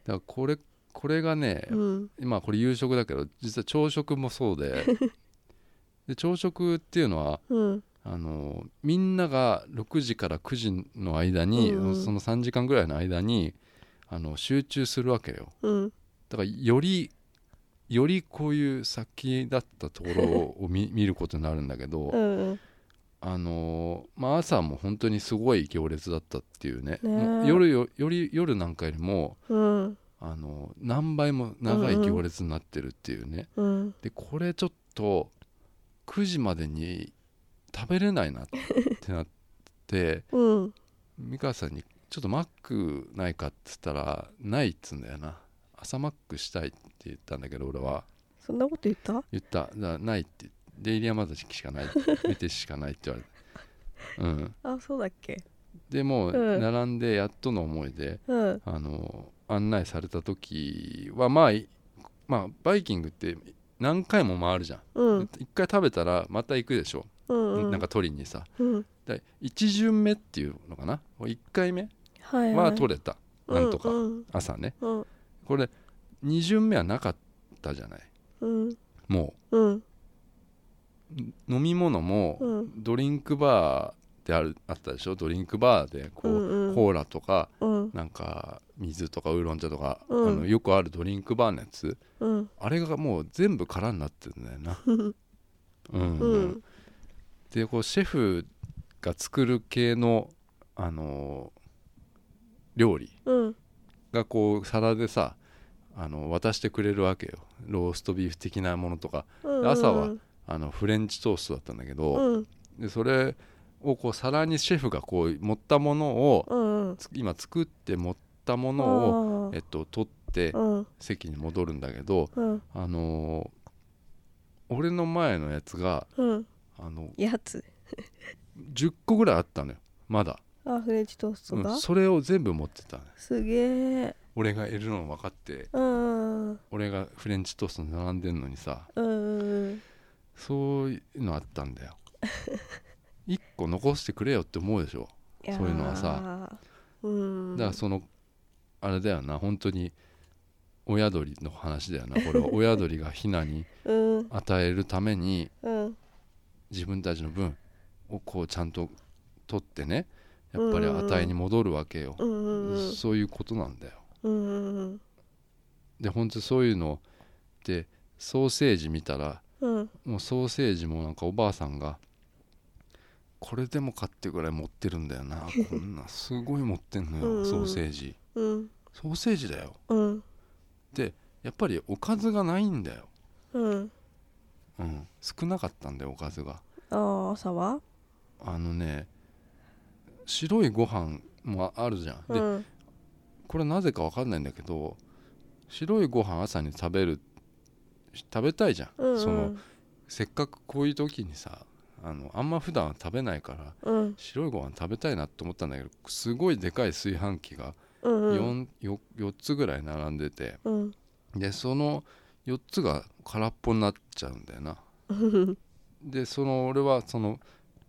A: らこれこれがね、
B: うん
A: 今これ夕食だけど実は朝食もそう でで朝食っていうのは
B: うん
A: あのみんなが6時から9時の間に、
B: うん
A: その3時間ぐらいの間にあの集中するわけよ
B: うん
A: だからよりよりこういう先だったところを見見ることになるんだけど、
B: うん
A: あのーまあ、朝も本当にすごい行列だったっていうね
B: ねえ
A: もう夜よより夜なんかよりも、
B: うん
A: あのー何倍も長い行列になってるっていうね、
B: うん
A: でこれちょっと9時までに食べれないなってなって
B: うん
A: 美川さんに「ちょっとマックないか?」っつったら「ない」っつうんだよな朝マックしたいって言ったんだけど俺は
B: そんなこと言った
A: 言った「だからない」って「デイリーアマゾンしか ない」「見てしかない」って言われたうん
B: あそうだっけ
A: でも
B: う
A: うん並んでやっとの思いで、
B: うん
A: あの案内された時はまあいまあバイキングって何回も回るじゃん
B: うん
A: 一、回食べたらまた行くでしょ、
B: うん
A: なんか取りにさ
B: うん
A: で一巡目っていうのかな一回目
B: はい
A: は
B: れ
A: 取れた、なんとか、
B: うん
A: 朝ね
B: うん
A: これ二巡目はなかったじゃない
B: うん
A: も
B: うん
A: う飲み物も
B: うん
A: ドリンクバーであるあったでしょドリンクバーでこう、
B: うんうん
A: コーラとか
B: うん
A: なんか水とかウーロン茶とか、
B: うん
A: あのよくあるドリンクバーのやつ
B: うん
A: あれがもう全部空になってるんだよ なうん、
B: うん
A: でこうシェフが作る系のあのー料理
B: うん
A: がこう皿でさあの渡してくれるわけよローストビーフ的なものとか
B: うん
A: 朝はあのフレンチトーストだったんだけど、
B: うん
A: でそれをこう皿にシェフがこう持ったものを
B: うん
A: つ今作って持ったものを、
B: あー
A: えっと、取って
B: うん
A: 席に戻るんだけど、
B: うん
A: あのー俺の前のやつが
B: うん
A: あの
B: やつ
A: 10個ぐらいあったのよまだ、
B: あフレンチトースト
A: う
B: が
A: ん、それを全部持ってたのよ
B: すげえ
A: 俺がいるの分かって
B: うんうん
A: 俺がフレンチトーストに並んでんのにさ
B: うん
A: そういうのあったんだ よ1個残してくれよって思うでしょ
B: やー
A: そういうのはさ
B: うん
A: だからそのあれだよな本当に親鳥の話だよなこ れは親鳥がヒナに
B: うん
A: 与えるために
B: うん
A: 自分たちの分をこうちゃんと取ってねやっぱり
B: うんうんうん
A: 値に戻るわけよ
B: う、んうん
A: そういうことなんだよ
B: うんうん
A: で本当そういうのでソーセージ見たら
B: うん
A: もうソーセージもなんかおばあさんがこれでもかってぐらい持ってるんだよなこんなすごい持ってんのよ
B: うんうん
A: ソーセージ
B: うん
A: ソーセージだよ
B: うん
A: やっぱりおかずがないんだよ、
B: うん
A: うん、少なかったんだよおかずが
B: ああ朝は
A: あのね白いご飯もあるじゃん、
B: う
A: で
B: ん
A: これなぜかわかんないんだけど白いご飯朝に食べる食べたいじゃん、
B: うん
A: そのせっかくこういう時にさあのあんま普段は食べないから
B: うん
A: 白いご飯食べたいなって思ったんだけどすごいでかい炊飯器が
B: うんうん
A: 4, よ4つぐらい並んでて
B: うん
A: でその4つが空っぽになっちゃうんだよ な
B: うん
A: でその俺はその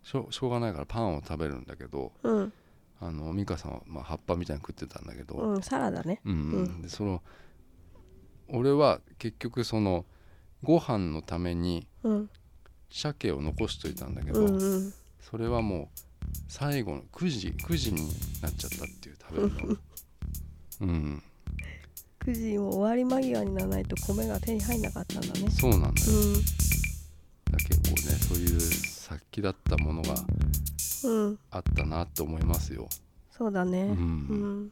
A: しょしょうがないからパンを食べるんだけど
B: うん
A: あの美香さんはまあ葉っぱみたいに食ってたんだけど、
B: うんサラダね
A: うん
B: う
A: でその俺は結局そのご飯のために
B: うん
A: 鮭を残しといたんだけ
B: う
A: ど、
B: んうん
A: それはもう最後の9時9時になっちゃったっていう食べ 物うん
B: 9時も終わり間際にならないと米が手に入んなかったんだね
A: そうなんだよ、
B: う
A: だから結構ねそういう先だったものが
B: んうん
A: あったなと思いますよ
B: そうだね
A: うん
B: うん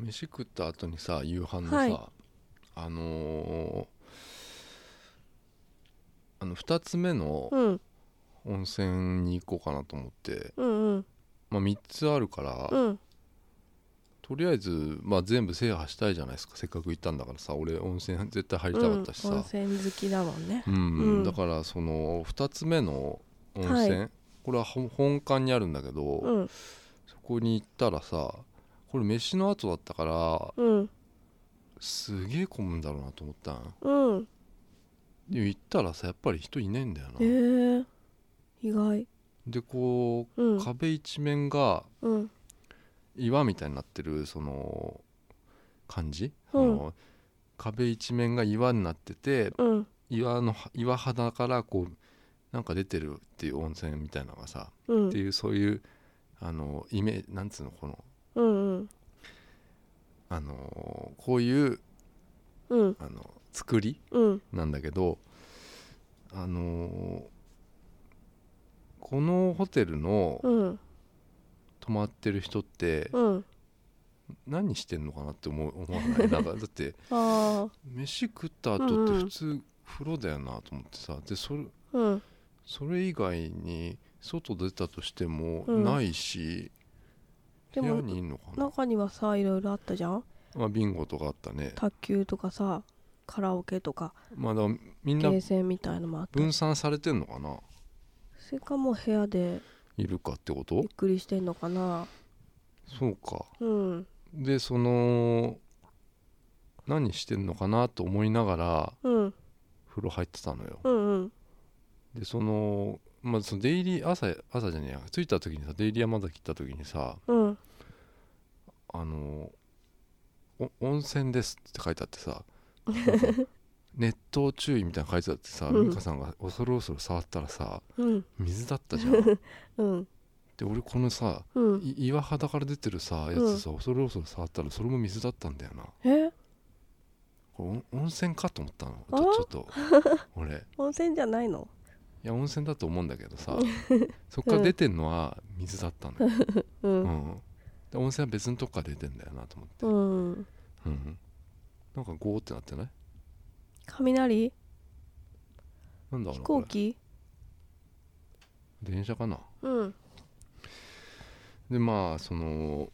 D: 飯食った後にさ夕飯のさ、
B: はい
D: あのーあの2つ目の
B: うん
D: 温泉に行こうかなと思って、
B: うん
D: まあ、3つあるから、
B: うん
D: とりあえず、まあ、全部制覇したいじゃないですかせっかく行ったんだからさ俺温泉 絶対入りたかったし
B: うん、温
D: さ、
B: 泉好きだもんね
D: うん
B: うん
D: だからその2つ目の温泉、
B: は
D: これはほ本館にあるんだけど、
B: うん
D: そこに行ったらさこれ飯の後だったから
B: うん
D: すげえ混むんだろうなと思ったん
B: うん
D: で行ったらさやっぱり人いないんだよな
B: えー、意外
D: でこ
B: う
D: うん壁一面が
B: うん
D: 岩みたいになってるその感じ、
B: うん
D: あの壁一面が岩になってて
B: うん
D: 岩の岩肌からこうなんか出てるっていう温泉みたいなのがさ、
B: うんうん
D: っていうそういうあのイメージなんつうのこの
B: うん
D: あのこういう
B: うん
D: あの作り
B: うん
D: なんだけどあのこのホテルの
B: うん
D: 泊まってる人って
B: うん
D: 何してんのかなって思う思わないなんか だって
B: ああ
D: 飯食った後って普通風呂だよなと思ってさでそれ
B: うん
D: それ以外に外出たとしても
B: うん
D: ないし、
B: で
D: 部
B: も
D: 屋にいんのかな
B: 中にはさいろいろあったじゃん
D: まあ、ビンゴとかあったね
B: 卓球とかさカラオケとか
D: まあだからみん
B: ゲ
D: な
B: ーセンみたいのもあった
D: 分散されてんのかな
B: それかもう部屋で
D: いるかってこ
B: ゆ
D: と
B: っくりしてんのかな
D: そうか
B: うん
D: でその何してんのかなと思いながら
B: うん
D: 風呂入ってたのよ
B: うんうん
D: でその,、まあ、そのデイリー朝朝じゃねえや着いた時にさデイリー山崎行った時にさ
B: うん
D: 「あのお温泉です」って書いてあってさ
A: 熱湯注意みたいなの書いてあってさ、
B: うん
A: 美香さんが恐る恐る触ったらさ
B: うん
A: 水だったじゃんで
B: うん
A: 俺このさ
B: うん
A: い岩肌から出てるさやつさ、恐る恐る触ったらそれも水だったんだよな
B: え
A: これお温泉かと思ったの
B: あ
A: ちょちょっと 俺い
B: 温泉じゃないの
A: や温泉だと思うんだけど さそっから出てんのは水だったのよ、
B: う
A: うんん、で温泉は別のとこから出てんだよなと思って、
B: うん
A: うん、なんかゴーってなってない
B: 雷
A: なんだろう
B: 飛
A: なこ
B: 行機
A: れ電車かな
B: うん
A: でまあその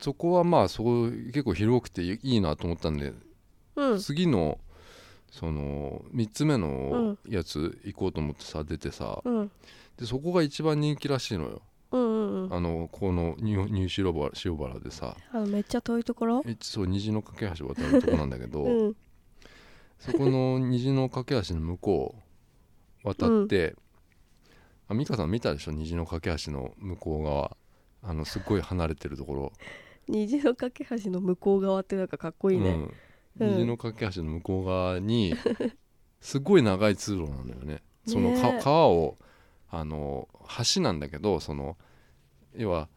A: そこはまあそう結構広くていいいなと思ったんで、
B: うん
A: 次のその3つ目のやつ行こうと思ってさ出てさ、
B: うん
A: でそこが一番人気らしいのよ、
B: うんうんうん
A: あのこのニューニュー塩原塩原でさ
B: あのめっちゃ遠いところ
A: えそう虹の架け橋渡るとこなんだけど、
B: うん
A: そこの虹の架け橋の向こう渡って、あ美香さん見たでしょ虹の架け橋の向こう側あのすっごい離れてるところ
B: 虹の架け橋の向こう側ってなんかかっこいい
A: う
B: ね、
A: ん、
B: うん
A: 虹の架け橋の向こう側 にすごい長い通路なのよねそのか
B: ねえ
A: 川をあの橋なんだけどその要は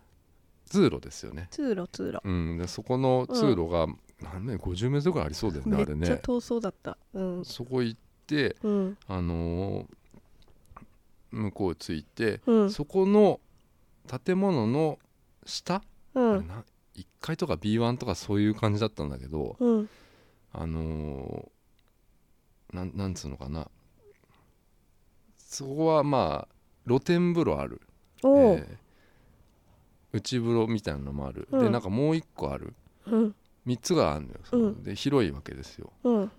A: 通路ですよね、
B: 通路通路
A: うん、でそこの通路が、何メ50メートルぐらいありそうだよね
B: め
A: あれ
B: っちゃ
A: ね
B: 遠そうだったうん
A: そこ行って
B: うん
A: あのー向こう着いて、
B: うん
A: そこの建物の下、
B: う
A: あれ
B: ん
A: な1階とか B1 とかそういう感じだったんだけど、
B: うん
A: あのーなんなんつうのかなそこはまあ露天風呂ある、
B: おう、
A: えー内風呂みたいなのもある、
B: うん
A: でなんかもう一個ある
B: うん
A: 3つがあるのよその
B: うん
A: で広いわけですよ
B: うん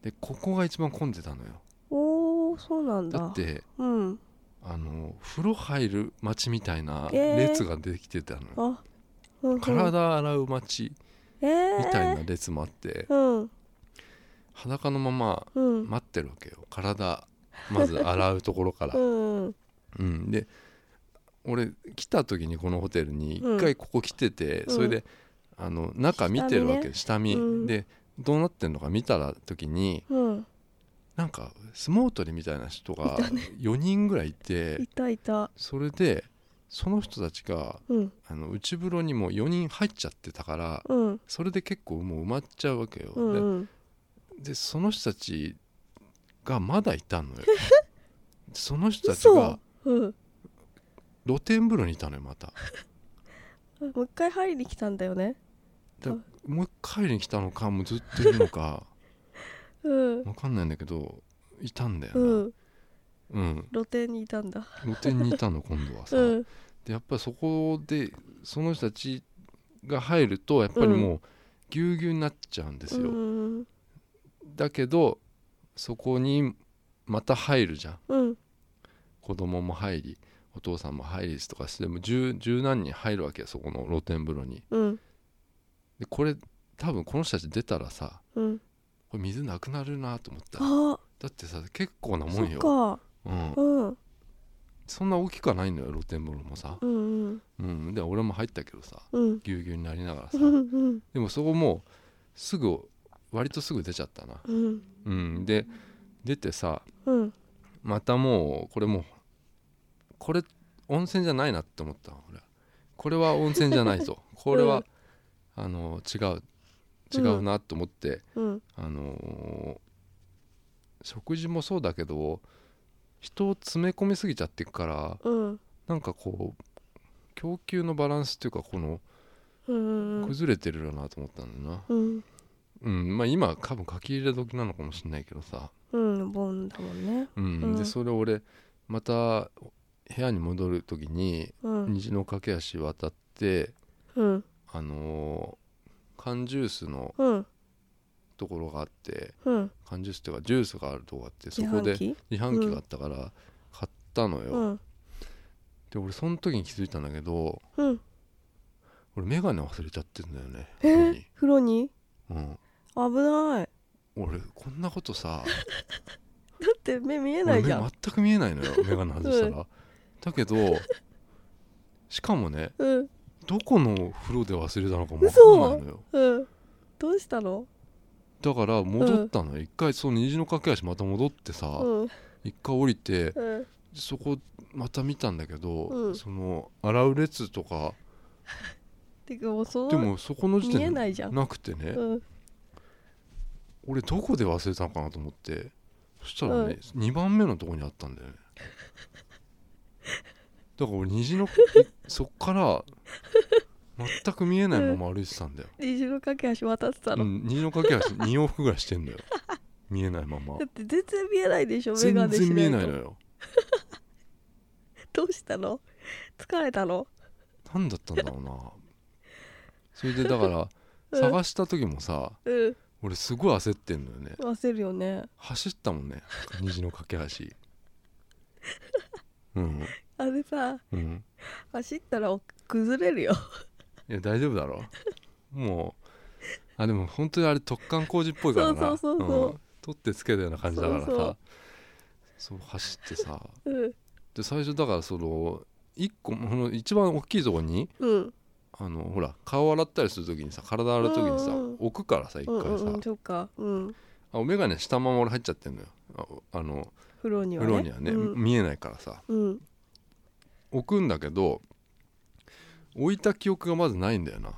A: でここが一番混んでたのよ
B: おーそうなんだ
A: だって
B: うん
A: あのー風呂入る街みたいな
B: えー
A: 列ができてたのよ、
B: あ、うんうん、
A: 体洗う街
B: えー、
A: みたいな列もあって
B: うん
A: 裸のまま
B: うん、
A: 待ってるわけよ 体まず洗うところから
B: うん
A: うん、で俺来た時にこのホテルに
B: うん
A: 一回ここ来てて、
B: うん
A: それであの中見てるわけよ下見,、
B: うん
A: でどうなってんのか見たら時に
B: うん
A: なんか相撲取りみたいな人が4人ぐらいいて
B: いたいた
A: それでその人たちが
B: うん
A: あの内風呂にもう4人入っちゃってたから
B: うん
A: それで結構もう埋まっちゃうわけよ、
B: うんうん
A: ででその人たちがまだいた のよその人たち
B: 嘘
A: が
B: うん
A: 露天風呂にいたのよまた
B: もう一回入りに来たんだよね
A: だもう一回に来たのかもうずっといるのか
B: うん
A: わかんないんだけどいたんだよな、
B: うん
A: うん
B: 露店にいたんだ
A: 露店にいたの今度はさ、
B: うん
A: でやっぱりそこでその人たちが入るとやっぱりもうぎゅうぎゅうになっちゃうんです
B: う
A: よ、
B: ん
A: だけどそこにまた入るじゃん
B: うん
A: 子供も入りお父さんも入りとかしてもう十十何人入るわけよそこの露天風呂に
B: うん
A: でこれ多分この人たち出たらさ
B: うん
A: これ水なくなるなと思っただ
B: あ
A: ってさ結構なも
B: そ
A: ん
B: っ
A: よ
B: か
A: うん、
B: うんうん
A: そんな大きくはないのよ露天風呂もさ、
B: うん
A: うん、で俺も入ったけどさ
B: うん
A: ぎゅうぎゅうになりながら
B: う
A: さ
B: んうん
A: でもそこもうすぐ割とすぐ出ちゃったな、
B: うん
A: うん、で出てさ
B: うん
A: またもうこれもうこれ温泉じゃないなって思ったの俺これは温泉じゃない ぞこれは、あの違う違うなと思って、
B: うん
A: あのー食事もそうだけど人を詰め込みすぎちゃってくから
B: うん
A: なんかこう供給のバランスっていうかこの
B: うんうん
A: 崩れてるよなと思ったんだよな
B: うん
A: うん、まあ今多分書き入れ時なのかもしれないけどさ
B: うんボンだもんね
A: うん、
B: うん
A: でそれ俺また部屋に戻る時に
B: うん
A: 虹の架け橋渡って
B: うん
A: あのー缶ジュースの
B: うん
A: ところがあって
B: うん
A: 缶ジュースっていうかジュースがあるとこがあってそ
B: 自
A: こで
B: 販機
A: 自販機があったから買ったのよ、
B: うん
A: で俺その時に気づいたんだけど
B: うん
A: 俺眼鏡忘れちゃってんだよね
B: え
A: 風呂に
B: 風呂に
A: うん
B: 危ない
A: 俺こんなことさ
B: だって目見えな
A: 俺
B: い
A: 目
B: じゃん
A: 全く見えないの よ眼鏡外したら、だけどしかもね
B: うん
A: どこの風呂で忘れたのかもわかんないのよ
B: うんどうしたの
A: だから戻ったのよ、一回その虹の架け橋また戻ってさ、
B: うん
A: 一回降りて
B: うん
A: そこまた見たんだけど、
B: うん
A: その洗う列とか
B: てかもうそ
A: で
B: の
A: もそこの時
B: 見え
A: 点で
B: ないじゃん
A: なくてね、
B: うん
A: 俺どこで忘れたのかなと思ってそしたらね、2番目のとこにあったんだよねだから俺虹のそっから全く見えないまま歩いてたんだよ、
B: 虹の架け橋渡ってた
A: う
B: の、
A: ん、虹の架け橋2往復ぐらいしてんだよ見えないまま
B: だって全然見えないでしょメ
A: 全
B: ガネしな
A: 然
B: いと
A: 見えないのよ
B: どうしたの疲れたの
A: 何だったんだろうなそれでだから
B: うん
A: 探した時もさ
B: うん
A: 俺すごい焦ってんのよね
B: 焦るよね
A: 走ったもんね虹の架け橋うん
B: あれさ
A: うん
B: 走ったらお崩れるよ
A: いや大丈夫だろもうあでも本当にあれ突貫工事っぽいからな
B: そうそうそうそうん
A: 取ってつけたような感じだからさ
B: そ
A: そうう
B: そう
A: 走ってさ
B: うん
A: で最初だからその一個この一番大きいとこに
B: うん
A: あのほら顔洗ったりする時にさ体洗う時にさ、
B: うんうん
A: 置くからさ一
B: うん
A: 回さ、
B: うんうんそっかうん
A: あお眼鏡したまま俺入っちゃってんのよああの
B: 風呂には
A: 風呂
B: ね
A: にはね、
B: うん
A: 見えないからさ
B: うん
A: 置くんだけど置いた記憶がまずないんだよ な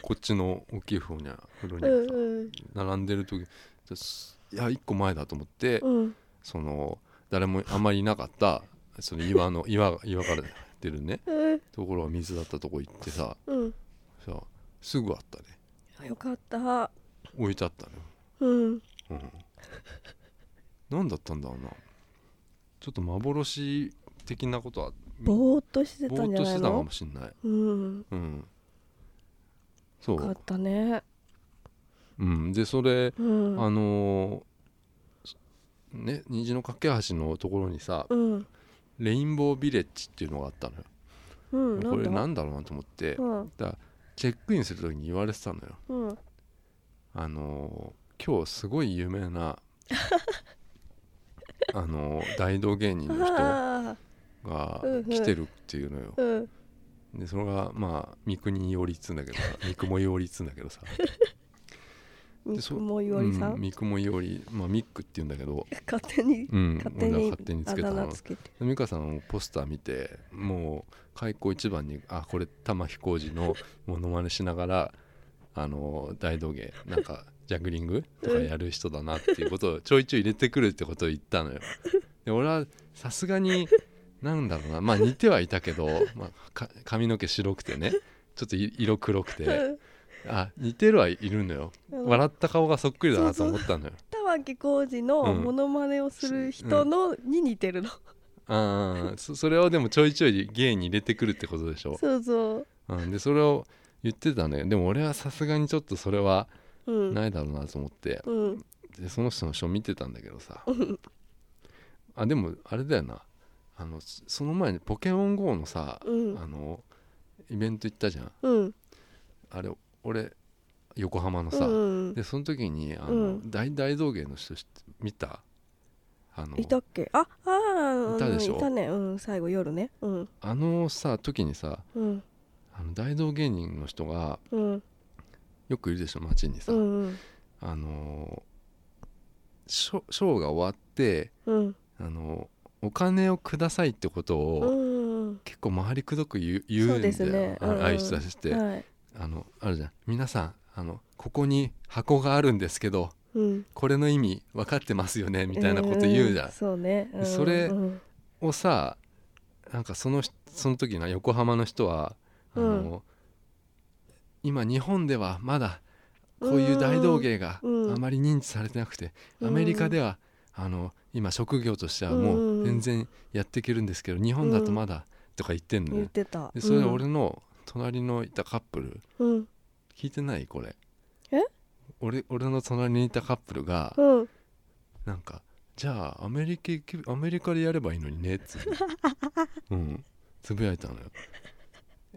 A: こっちの大きい風呂には風呂に
B: う
A: はさ、
B: んうん
A: 並んでる時ですいや一個前だと思って、
B: うん
A: その誰もあんまりいなかったその岩の岩岩から出るね
B: うん
A: ところは水だったとこ行ってさ
B: うん
A: さすぐあったね
B: あよかった
A: 置いてあったね
B: う
A: う
B: ん
A: ん何だったんだろうなちょっと幻的なことは
B: ぼーっとして
A: ぼ
B: たん
A: ーっ
B: じ
A: とし
B: ゃな
A: て
B: い
A: たか
B: の
A: もしんない
B: うん
A: うんそ
B: よかっ
A: う、
B: たね
A: うん、でそれ、
B: うん
A: あのーね虹の架け橋のところにさ、
B: うん
A: レインボービレッジっていうのがあったのよ、
B: うん
A: これ
B: なん
A: なんだ
B: だ
A: ろうなと思って、
B: うん
A: だからチェックインする時に言われてたのよ
B: うん
A: あのー今日すごい有名 なあのー大道芸人の人
B: ああ
A: が
B: うんうん
A: 来てるっていうのよ、
B: うん
A: でそれがまあ三国いおりっつうんだけどさ三雲いおりっつうんだけどさ
B: 三
A: でそ
B: 雲いおりさ
A: うんん三雲いおりまあミックって言うんだけど、
B: 勝手に
A: うん、
B: 勝手
A: 俺が
B: に
A: 勝手につ
B: あ
A: けた
B: だ名
A: の
B: つけて
A: 美香さんのポスター見てもう開口一番にあこれ玉置浩二のモノマネしながらあの大道芸なんかジャグリングとかやる人だなっていう ことをちょいちょい入れてくるってことを言ったのよ。で俺はさすがになんだろうなまあ似てはいたけど、まあ、か髪の毛白くてねちょっとい色黒くてあ似てるはいるのよ
B: うん
A: 笑った顔がそっくりだなと思ったのよ。
B: 玉置浩二の
A: うん
B: モノマネをする人のに似てるの、
A: あーそそれをでもちょいちょい芸に入れてくるってことでしょ。
B: そうそう
A: うん、でそれを言ってたんだけどでも俺はさすがにちょっとそれは
B: うん
A: ないだろうなと思って、
B: うん
A: でその人の書見てたんだけどさあでもあれだよなあのそその前に「ポケモン GO」のさ、
B: うん
A: あのイベント行ったじゃん
B: うん
A: あれ俺横浜の
B: う
A: さ、
B: ん
A: でその時にあの、
B: うん
A: 大大道芸の人知って見たあの
B: いたっけあああ
A: いたでしょ
B: いたねうん最後夜ねうん
A: あのさ時にさ
B: うん
A: あの大道芸人の人が
B: うん
A: よくいるでしょ街にさ、
B: うん
A: あのーショショーが終わって、
B: うん
A: あのーお金をくださいってこと
B: う
A: を、
B: ん
A: 結構周りくどく言う言うんだ
B: そうですね
A: よ、あ
B: うんうん
A: ああいう人たちって、
B: はい
A: あのあるじゃん皆さんあのここに箱があるんですけど
B: うん
A: これの意味分かってますよねみたいなこと言うじゃん、
B: そうね、うん
A: それ
B: うん
A: をさなんかその人その時な横浜の人はあのー、今日本ではまだこういう大道芸があ
B: うん
A: まり認知されてなくて、
B: うん
A: アメリカではあの今職業としてはもう全然やっていけるんですけど、日本だとまだとか言ってんの
B: 言っ
A: ね、
B: てた
A: でそれ俺の隣のいたカップル
B: うん
A: 聞いてないこれ
B: え
A: 俺俺の隣にいたカップルが
B: うん
A: なんかじゃあアメリカ行けアメリカでやればいいのにねっつ ってうんつぶやいたのよ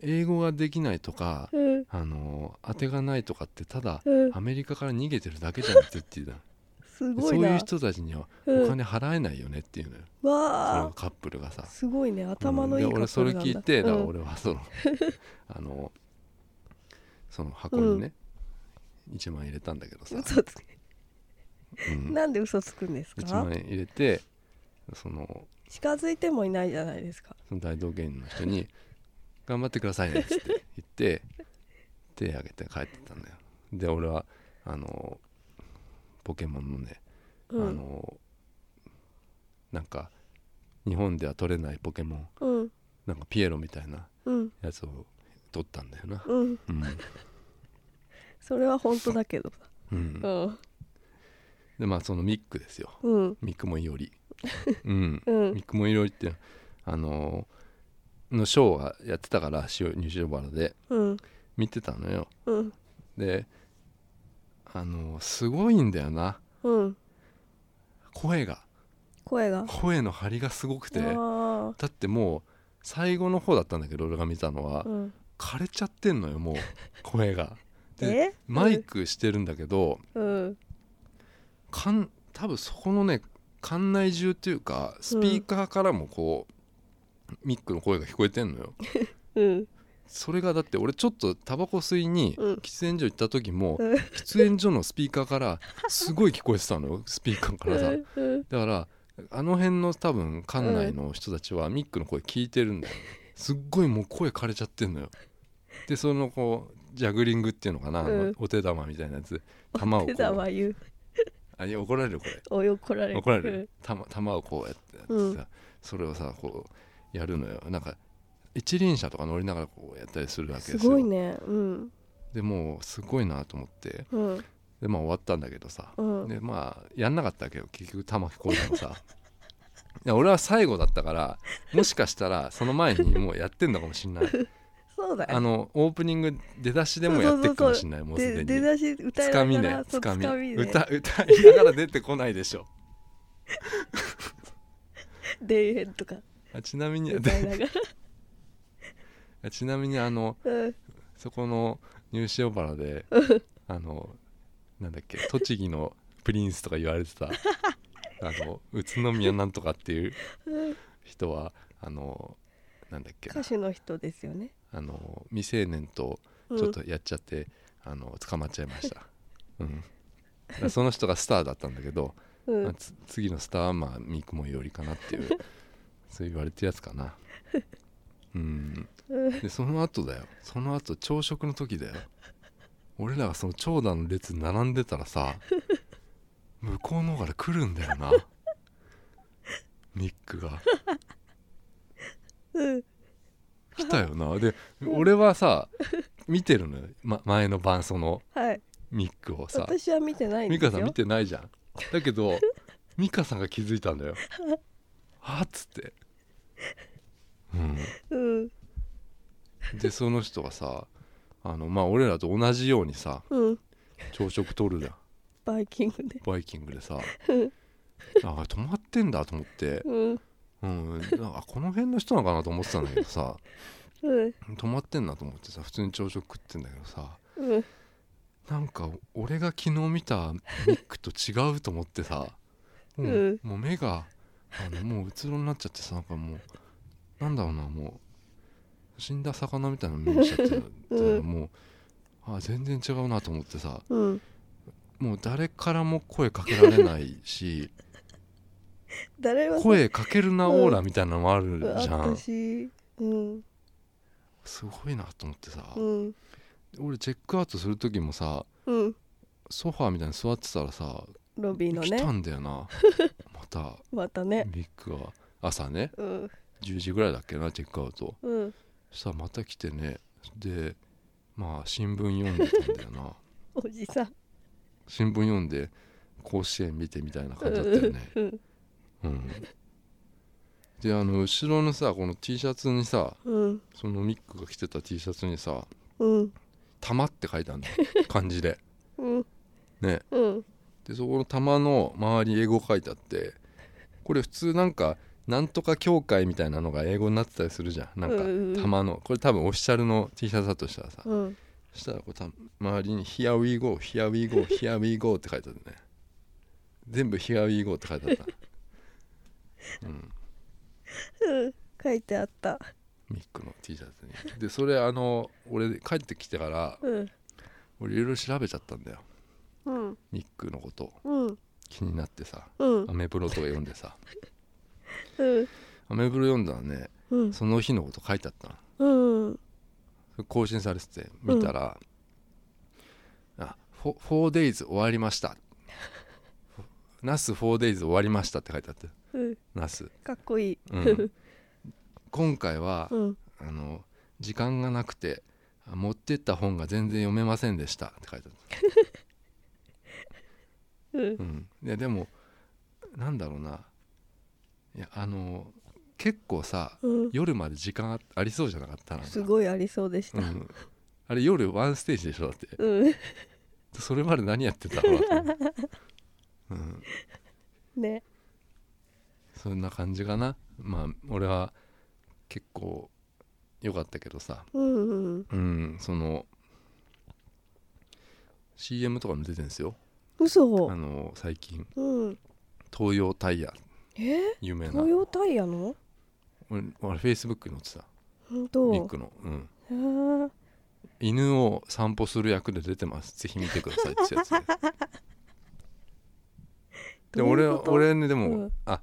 A: 英語ができないとか
B: うん
A: あの当てがないとかってただ
B: うん
A: アメリカから逃げてるだけじゃんって言 ってたの
B: す
A: で
B: ご
A: そ
B: いうな
A: いう人たちにはお金払えないよねっていうのよ、
B: うん、
A: そ
B: わ
A: のカップルがさ
B: あすごいね頭のいい
A: うんで俺それ
B: カップルな
A: 聞
B: んだ
A: いてだから
B: うん
A: 俺はそのあのその箱にね、 1万円入れたんだけどさ、
B: 嘘つ
A: うん、
B: なんで嘘つくんです
A: 1
B: か
A: 万円入れてその
B: 近づいてもいないじゃないですか
A: その大道芸人の人に「頑張ってくださいね」っつって言って手挙げて帰ってったんだよで俺はあのポケモンのね、
B: う
A: あ
B: ん
A: のなんか日本では取れないポケモン
B: うん
A: なんかピエロみたいな
B: うん
A: やつを取ったんだよな
B: うん
A: うん、
B: それは本当だけどさ
A: うん、
B: うん
A: でまあそのミックですよ
B: うん
A: 三雲いお りうん
B: うん
A: 三雲いおりってあののショーがやってたからしお西尾原で
B: うん
A: 見てたのよ
B: うん
A: であのすごいんだよな
B: うん
A: 声が
B: 声が
A: 声の張りがすごくてだ
B: あ
A: ってもう最後の方だったんだけど俺が見たのは
B: あ、うん、
A: 枯れちゃってんのよもう 声がで
B: え
A: マイクしてるんだけど
B: うん
A: かん多分そこのね館内中っていうかスピーカーからもこう、ミックの声が聞こえてんのよ
B: うん
A: それがだって俺ちょっとタバコ吸いに
B: うん
A: 喫煙所行った時も、
B: うん
A: 喫煙所のスピーカーからすごい聞こえてたのよスピーカーからさ
B: うんうん
A: だからあの辺の多分館内の人たちはミックの声聞いてるんだよ、すっごいもう声枯れちゃってんのよでそのこうジャグリングっていうのかな、あの
B: うん
A: お手玉みたいなやつ玉をこ
B: 手だ
A: う
B: わ言う
A: あいや怒られるこれ
B: およ怒られる
A: 怒られる玉玉をこうやってやってさ、
B: うん
A: それをさこうやるのよなんか一輪車とか乗りながらこうやったりするわけです
B: す
A: よ
B: ごいねうん
A: でもうすごいなと思って
B: うん
A: でまあ終わったんだけどさ、
B: うん
A: でまあやんなかったわけど結局玉木浩二もさ いや俺は最後だったからもしかしたらその前にもうやってんのかもしんない
B: そうだよ
A: あのオープニング出だしでもやってるかもしんないもうすで
B: で出
A: に
B: だし歌
A: つ
B: い
A: かみ
B: なが
A: ね
B: らそ
A: つ
B: う
A: かみ
B: 掴みね
A: 歌歌いながら出てこないでしょ
B: デイヘッドか
A: あちなみに
B: 歌いながら
A: あちなみにあの
B: うん
A: そこのニュー塩原であのなんだっけ栃木のプリンスとか言われ てたあの宇都宮なんとかっていう
B: うん
A: 人はあのなんだっけな
B: 歌手の人ですよね
A: あの未成年と
B: うん
A: ちょっとやっちゃって、あの捕まっちゃいました、うん、だからその人がスターだったんだけど、
B: うん
A: まあつ次のスターはまあ三雲よりかな っていうそう言われてるやつかなうん
B: うん
A: でその後だよその後朝食の時だよ俺らがその長蛇の列に並んでたらさ向こうの方から来るんだよなミックが
B: うん
A: 来たよなで俺はさ見てるのよ、ま、前の晩その
B: はい
A: ミックをさ
B: 私は見てないんで
A: 美
B: すよ
A: 香さん見てないじゃんだけ ど美香さんが気づいたんだよあっつって、う
B: うん
A: ん、でその人がさあのまあ俺らと同じようにさ
B: うん
A: 朝食取るじゃん
B: バイキングで
A: バイキングでさあ泊まってんだと思って、
B: うん
A: うん、なんかこの辺の人なのかなと思ってたんだけどさ
B: うん
A: 泊まってんなと思ってさ普通に朝食食ってんだけどさ
B: うん
A: なんか俺が昨日見たミックと違うと思って さもう,、
B: うん
A: もう目があのもううつろになっちゃってさなんかもうなんだろうなもう死んだ魚みたいな目にしちゃってた
B: うん
A: もうあ全然違うなと思ってさ
B: うん
A: もう誰からも声かけられない し
B: 誰は
A: 声かけるなオーラみたいなのもあるじゃん
B: 私うん
A: すごいなと思ってさ
B: うん
A: 俺チェックアウトする時もさ
B: うん
A: ソファーみたいに座ってたらさ
B: ロビーの
A: 来た
B: ね
A: んだよ なまた
B: またね
A: ミックが朝ね
B: うん
A: 10時ぐらいだっけなチェックアウト
B: うん
A: そしたらまた来てねでまあ新聞読んでたんだよな
B: おじさん
A: 新聞読んで甲子園見てみたいな感じだったよね
B: うん
A: うんであの後ろのさこの T シャツにさ
B: うん
A: そのミックが着てた T シャツにさ
B: うん
A: 「玉」って書いてあるんだよ漢字で
B: うん
A: ね
B: うん
A: でそこの玉の周り英語書いてあってこれ普通なんかなんとか協会みたいなのが英語になってたりするじゃんな
B: うんう
A: ん
B: んうん
A: か玉のこれ多分オフィシャルの T シャツだとしたらさ
B: うん
A: そしたらこうた周りに「Here we go Here we go Here we go」って書いてあるね全部「Here we go」って書いてあった うん
B: うん書いてあった
A: ミックの T シャツにでそれあの俺帰ってきてから
B: うん
A: 俺いろいろ調べちゃったんだよ
B: うん
A: ミックのこと
B: うん
A: 気になってさ
B: うん
A: アメブロとか読んでさ
B: うん
A: アメブロ読んだらね
B: うん
A: その日のこと書いてあったの
B: うん
A: それ更新されてて見たら「あフォ4 days 終わりました」「ナス4 days 終わりました」って書いてあって
B: うん
A: ナス、
B: かっこいい
A: うん、今回は、
B: うん
A: あの時間がなくてあ持ってった本が全然読めませんでしたって書いてあった
B: うん
A: うん、いやでもなんだろうないやあの結構さ
B: うん
A: 夜まで時間あありそうじゃなかったなんか
B: すごいありそうでし
A: う
B: た
A: ん、あれ夜ワンステージでしょだって
B: うん
A: それまで何やってたのかなと思ってうん
B: ね
A: そんな感じかなまあ俺は結構良かったけどさ
B: うんうん
A: うんその CM とかも出てんですよ
B: 嘘
A: あの最近
B: うん
A: 東洋タイヤ
B: え
A: 有名な
B: 東洋タイヤの
A: 俺俺フェイスブックに載ってた
B: 本
A: ミッ
B: 当
A: クの、うん、
B: へー
A: 犬を散歩する役で出てますぜひ見てくださいって やつでで
B: どう
A: 俺
B: いうこ
A: は
B: と
A: 俺ねでも、
B: うん
A: あ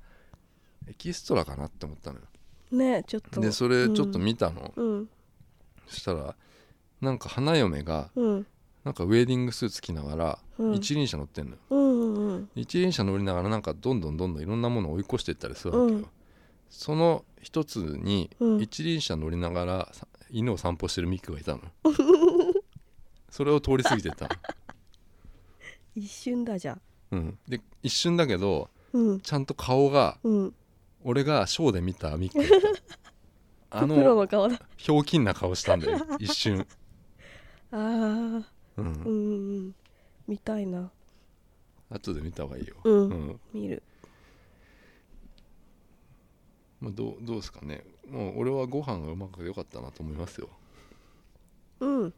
A: エキストラかなって思ったのよ
B: ねちょっと
A: でそれちょっと見たの、
B: うん
A: そしたらなんか花嫁が
B: うん
A: なんかウェディングスーツ着ながら
B: うん
A: 一輪車乗ってんのよ、
B: うんうん
A: 一輪車乗りながらなんかどんどんどんどんいろんなものを追い越していったりするわけよ、
B: うん
A: その一つに
B: うん
A: 一輪車乗りながらさ犬を散歩してるミックがいた のそれを通り過ぎてったの、
B: 一瞬だじゃん
A: うん、で一瞬だけど
B: うん
A: ちゃんと顔が
B: うん
A: 俺がショーで見たミック だったあ
B: プロ
A: の
B: の顔だ
A: ひょうきんな顔したんだよ一瞬、
B: あー
A: う
B: うん
A: ん、
B: うん見たいな
A: 後で見た方がいいよ、
B: うん
A: うん
B: 見る
A: まあ、どうどうですかねもう俺はご飯がうまく良かったなと思いますよ、
B: うん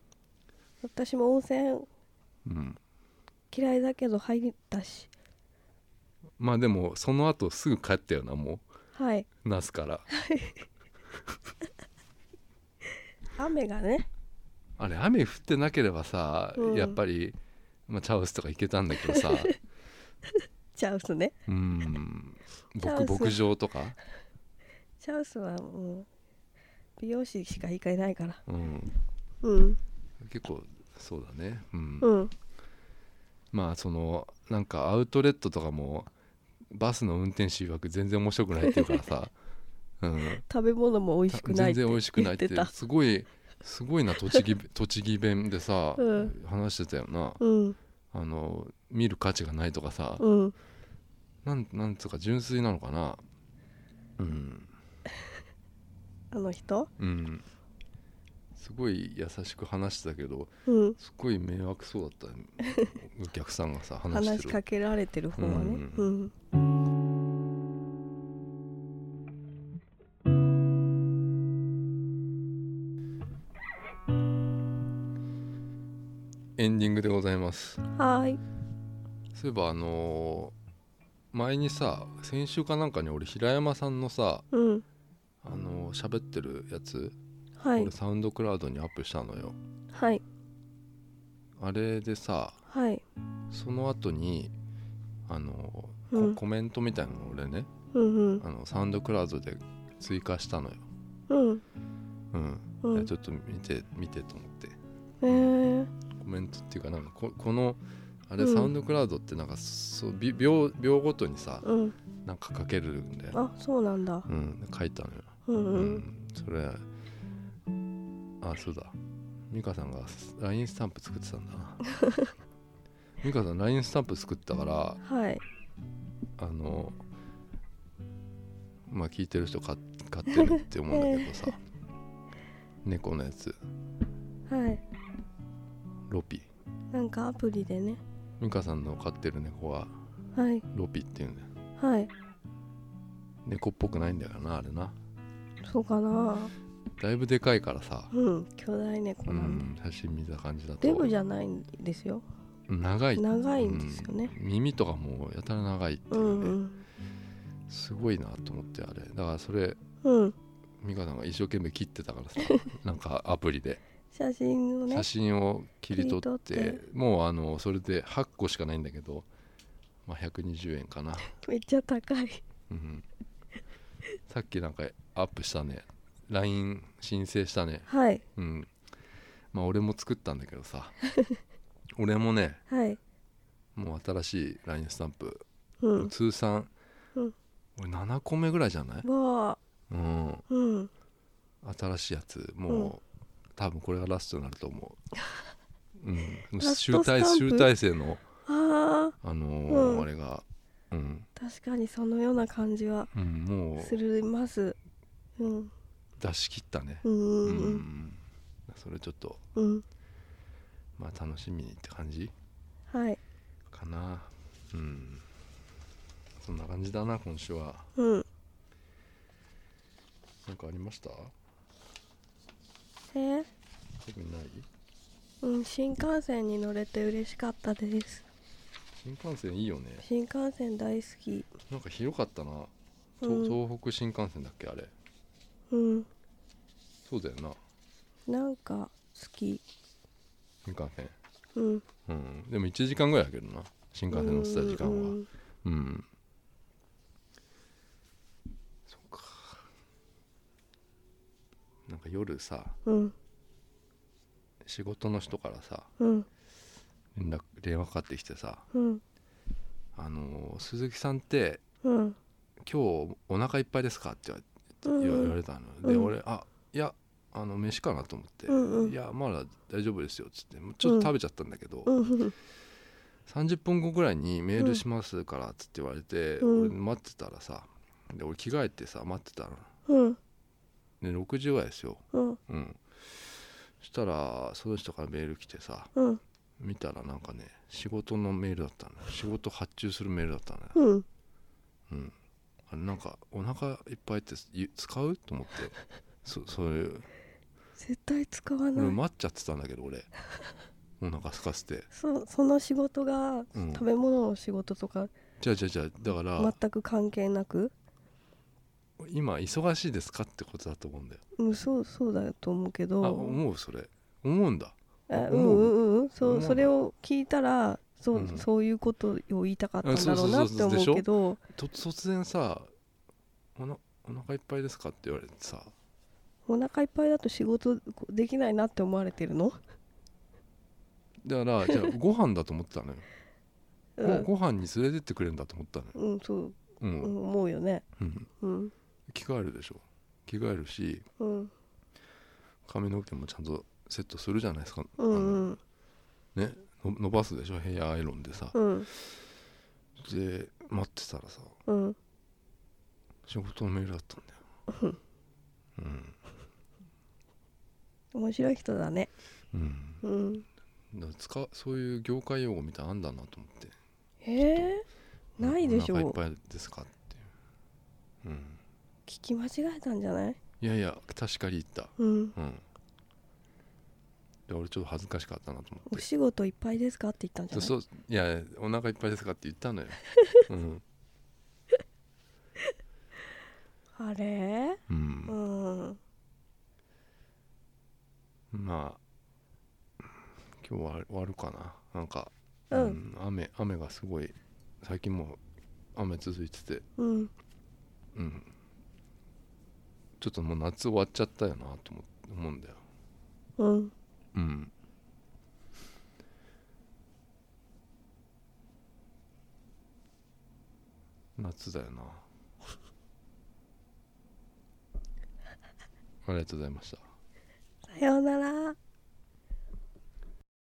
B: 私も温泉
A: うん、
B: 嫌いだけど入ったし
A: まあでもその後すぐ帰ったよなも
B: はいう
A: ナス から
B: 雨がね
A: あれ雨降ってなければさ、
B: うん
A: やっぱり、まあ、チャウスとか行けたんだけど さ
B: チャウスね
A: うん
B: チャウ
A: 牧
B: ス
A: 牧場とか、
B: チャウスはもう美容師しか行かないから
A: うん、
B: うん
A: 結構そうだね、うん
B: うん
A: まあそのなんかアウトレットとかもバスの運転手曰く全然面白くないっていうから さ、うん、
B: 食べ物も美味しくない
A: 全然美味しくないって
B: 言って
A: すごいすごいな栃木 栃木弁でさ、
B: うん
A: 話してたよな、
B: たうん
A: あの見る価値がないとかさ、
B: うん
A: なんなんつうか純粋なのかなうん
B: あの人
A: うんすごい優しく話してたけど
B: うん
A: すごい迷惑そうだっ たお客さんがさ話し
B: 話
A: て
B: し
A: る
B: かけられてる方はね
A: う
B: うん
A: エンディングでございます
B: はーい
A: そういえばあのー前にさ先週かなんかに俺平山さんのさ
B: うん
A: あのー喋ってるやつ、
B: はい
A: 俺サウンドクラウドにアップしたのよ
B: はい
A: あれでさ
B: はい
A: その後にあのー
B: うん
A: こコメントみたいなの俺ね
B: うんうん
A: あのサウンドクラウドで追加したのよ、
B: うん
A: うん
B: う
A: い
B: ん
A: やちょっと見て見てと思って
B: えー
A: コメントっていうかなんかここのあれ
B: うん
A: サウンドクラウドってなんかそうび秒秒ごとにさ
B: うん
A: なんか書けるんだよ、
B: あそうなんだ
A: うん、書いたのよ
B: うん
A: う
B: うん
A: ん、それあそうだ美香さんが LINE スタンプ作ってたんだな 美香さん LINE スタンプ作ったから
B: はい
A: あのまあ聞いてる人買っ買ってるって思うんだけ どさ猫のやつ
B: はい
A: ロピ
B: なんかアプリでね
A: 美香さんの飼ってる猫は
B: はい
A: ロピっていうんだよ
B: はい
A: 猫っぽくないんだからなあれな
B: そうかな
A: だいぶでかいからさ
B: うん巨大
A: う
B: 猫なんで
A: ん写真見た感じだと
B: デブじゃないんですよ
A: 長い
B: 長いんですよね
A: うん耳とかもやたら長いっていううね、
B: んうん
A: すごいなと思ってあれだからそれ
B: うん
A: 美香さんが一生懸命切ってたからさなんかアプリで
B: 写真をね
A: 写真を切り取って
B: 切り取っ
A: もうあのそれで8個しかないんだけど、まあ、120円かな、
B: めっちゃ高い
A: うん、さっきなんかアップしたね LINE 申請したね
B: はい
A: うんまあ俺も作ったんだけど さ俺もね
B: はい
A: もう新しい LINE スタンプ、
B: うん
A: 通算、
B: うん
A: 俺7個目ぐらいじゃない、
B: わあ
A: うん、
B: うん
A: 新しいやつもう、
B: うん
A: 多分これがラストになると思う、うん、
B: ラス
A: 集
B: トスタン
A: 大
B: プ
A: 集大成の
B: あー
A: あのー
B: うん
A: あれが、うん
B: 確かにそのような感じは
A: うんもう
B: するますうん
A: 出し切ったね、
B: うん
A: う
B: うんうん
A: それちょっと、
B: うん
A: まあ、楽しみにって感じ
B: はい
A: かなうんそんな感じだな今週は
B: うん
A: なんかありました
B: えー
A: 特にない
B: うん新幹線に乗れて嬉しかったです
A: 新幹線いいよね
B: 新幹線大好き
A: なんか広かったな、と
B: うん
A: 東北新幹線だっけあれ
B: うん
A: そうだよな
B: なんか好き
A: 新幹線
B: うん
A: うんでも1時間ぐらいだけどな新幹線乗ってた時間は
B: うん
A: うんそっかなんか夜さ
B: うん
A: 仕事の人からさ
B: うん
A: 連絡電話かかってきてさ
B: うん
A: 「あのー鈴木さんって
B: うん
A: 今日お腹いっぱいですか?」って言
B: う
A: わ
B: ん
A: 言わ言われたの、
B: う
A: で
B: ん
A: 俺「あいやあの飯かな」と思って「
B: うんうん
A: いやまだ大丈夫ですよ」っつってもうちょっと食べちゃったんだけど、
B: うん
A: 30分後ぐらいに「メールしますから」っつって言われて、
B: うん
A: 俺待ってたらさで俺着替えてさ待ってたの
B: うん
A: で6時ぐらいですよ
B: うん
A: うんそしたらその人からメール来てさ
B: うん
A: 見たらなんかね仕事のメールだったのよ仕事発注するメールだったのよ
B: うん
A: うんあれなんかお腹いっぱいってゆ使うと思ってそ それ
B: 絶対使わ
A: 俺
B: ない
A: 待っちゃってたんだけど俺お腹空かせて
B: そその仕事が
A: うん
B: 食べ物の仕事とか
A: じゃあじゃあじゃあだから
B: 全く関係なく
A: 今忙しいですかってことだと思うんだよ
B: うんそうそうだと思うけ
A: あ
B: ど
A: 思うそれ思うんだ
B: えう
A: 思
B: ん
A: う
B: うんうんそ
A: 思う
B: うん
A: だ
B: それを聞いたらそううんそういうことを言いたかったんだろう
A: う
B: なんっ
A: そう
B: て
A: そうそうそう
B: 思うけど
A: と突然さおなお腹いっぱいですかって言われてさ
B: お腹いっぱいだと仕事できないなって思われてるの
A: だから じゃあご飯だと思ってたのよ
B: う
A: ご
B: ん
A: ご飯に連れてってくれるんだと思ったのよ、
B: うんそう
A: う
B: うんん思うよね
A: うん、
B: うん
A: 着替えるでしょ着替えるし
B: うん
A: 髪の毛もちゃんとセットするじゃないですか、
B: うんう
A: あの
B: ん
A: ねの伸ばすでしょヘアアイロンでさ、
B: うん
A: で待ってたらさ
B: うん
A: 仕事のメールだったんだようん
B: 面白い人だね
A: うん
B: うん
A: だから使うそういう業界用語みたいなのあんだなと思って
B: へえないでしょ
A: お腹いっぱいですかっていううん
B: 聞き間違えたんじゃない
A: いやいや確かに言った
B: うん
A: うんで俺ちょっと恥ずかしかったなと思
B: お
A: って
B: 仕事いっぱいですかって言ったんじゃ
A: そう
B: ない
A: そういやお腹いっぱいですかって言 ったのようん、
B: あれ
A: う、
B: うんん
A: まあ今日は終わるかななんか、
B: うん
A: 雨雨がすごい最近もう雨続いてて
B: うん
A: うんちょっともう夏終わっちゃったよなと思思うんだよ
B: うん
A: うん夏だよな ありがとうございました
B: さようなら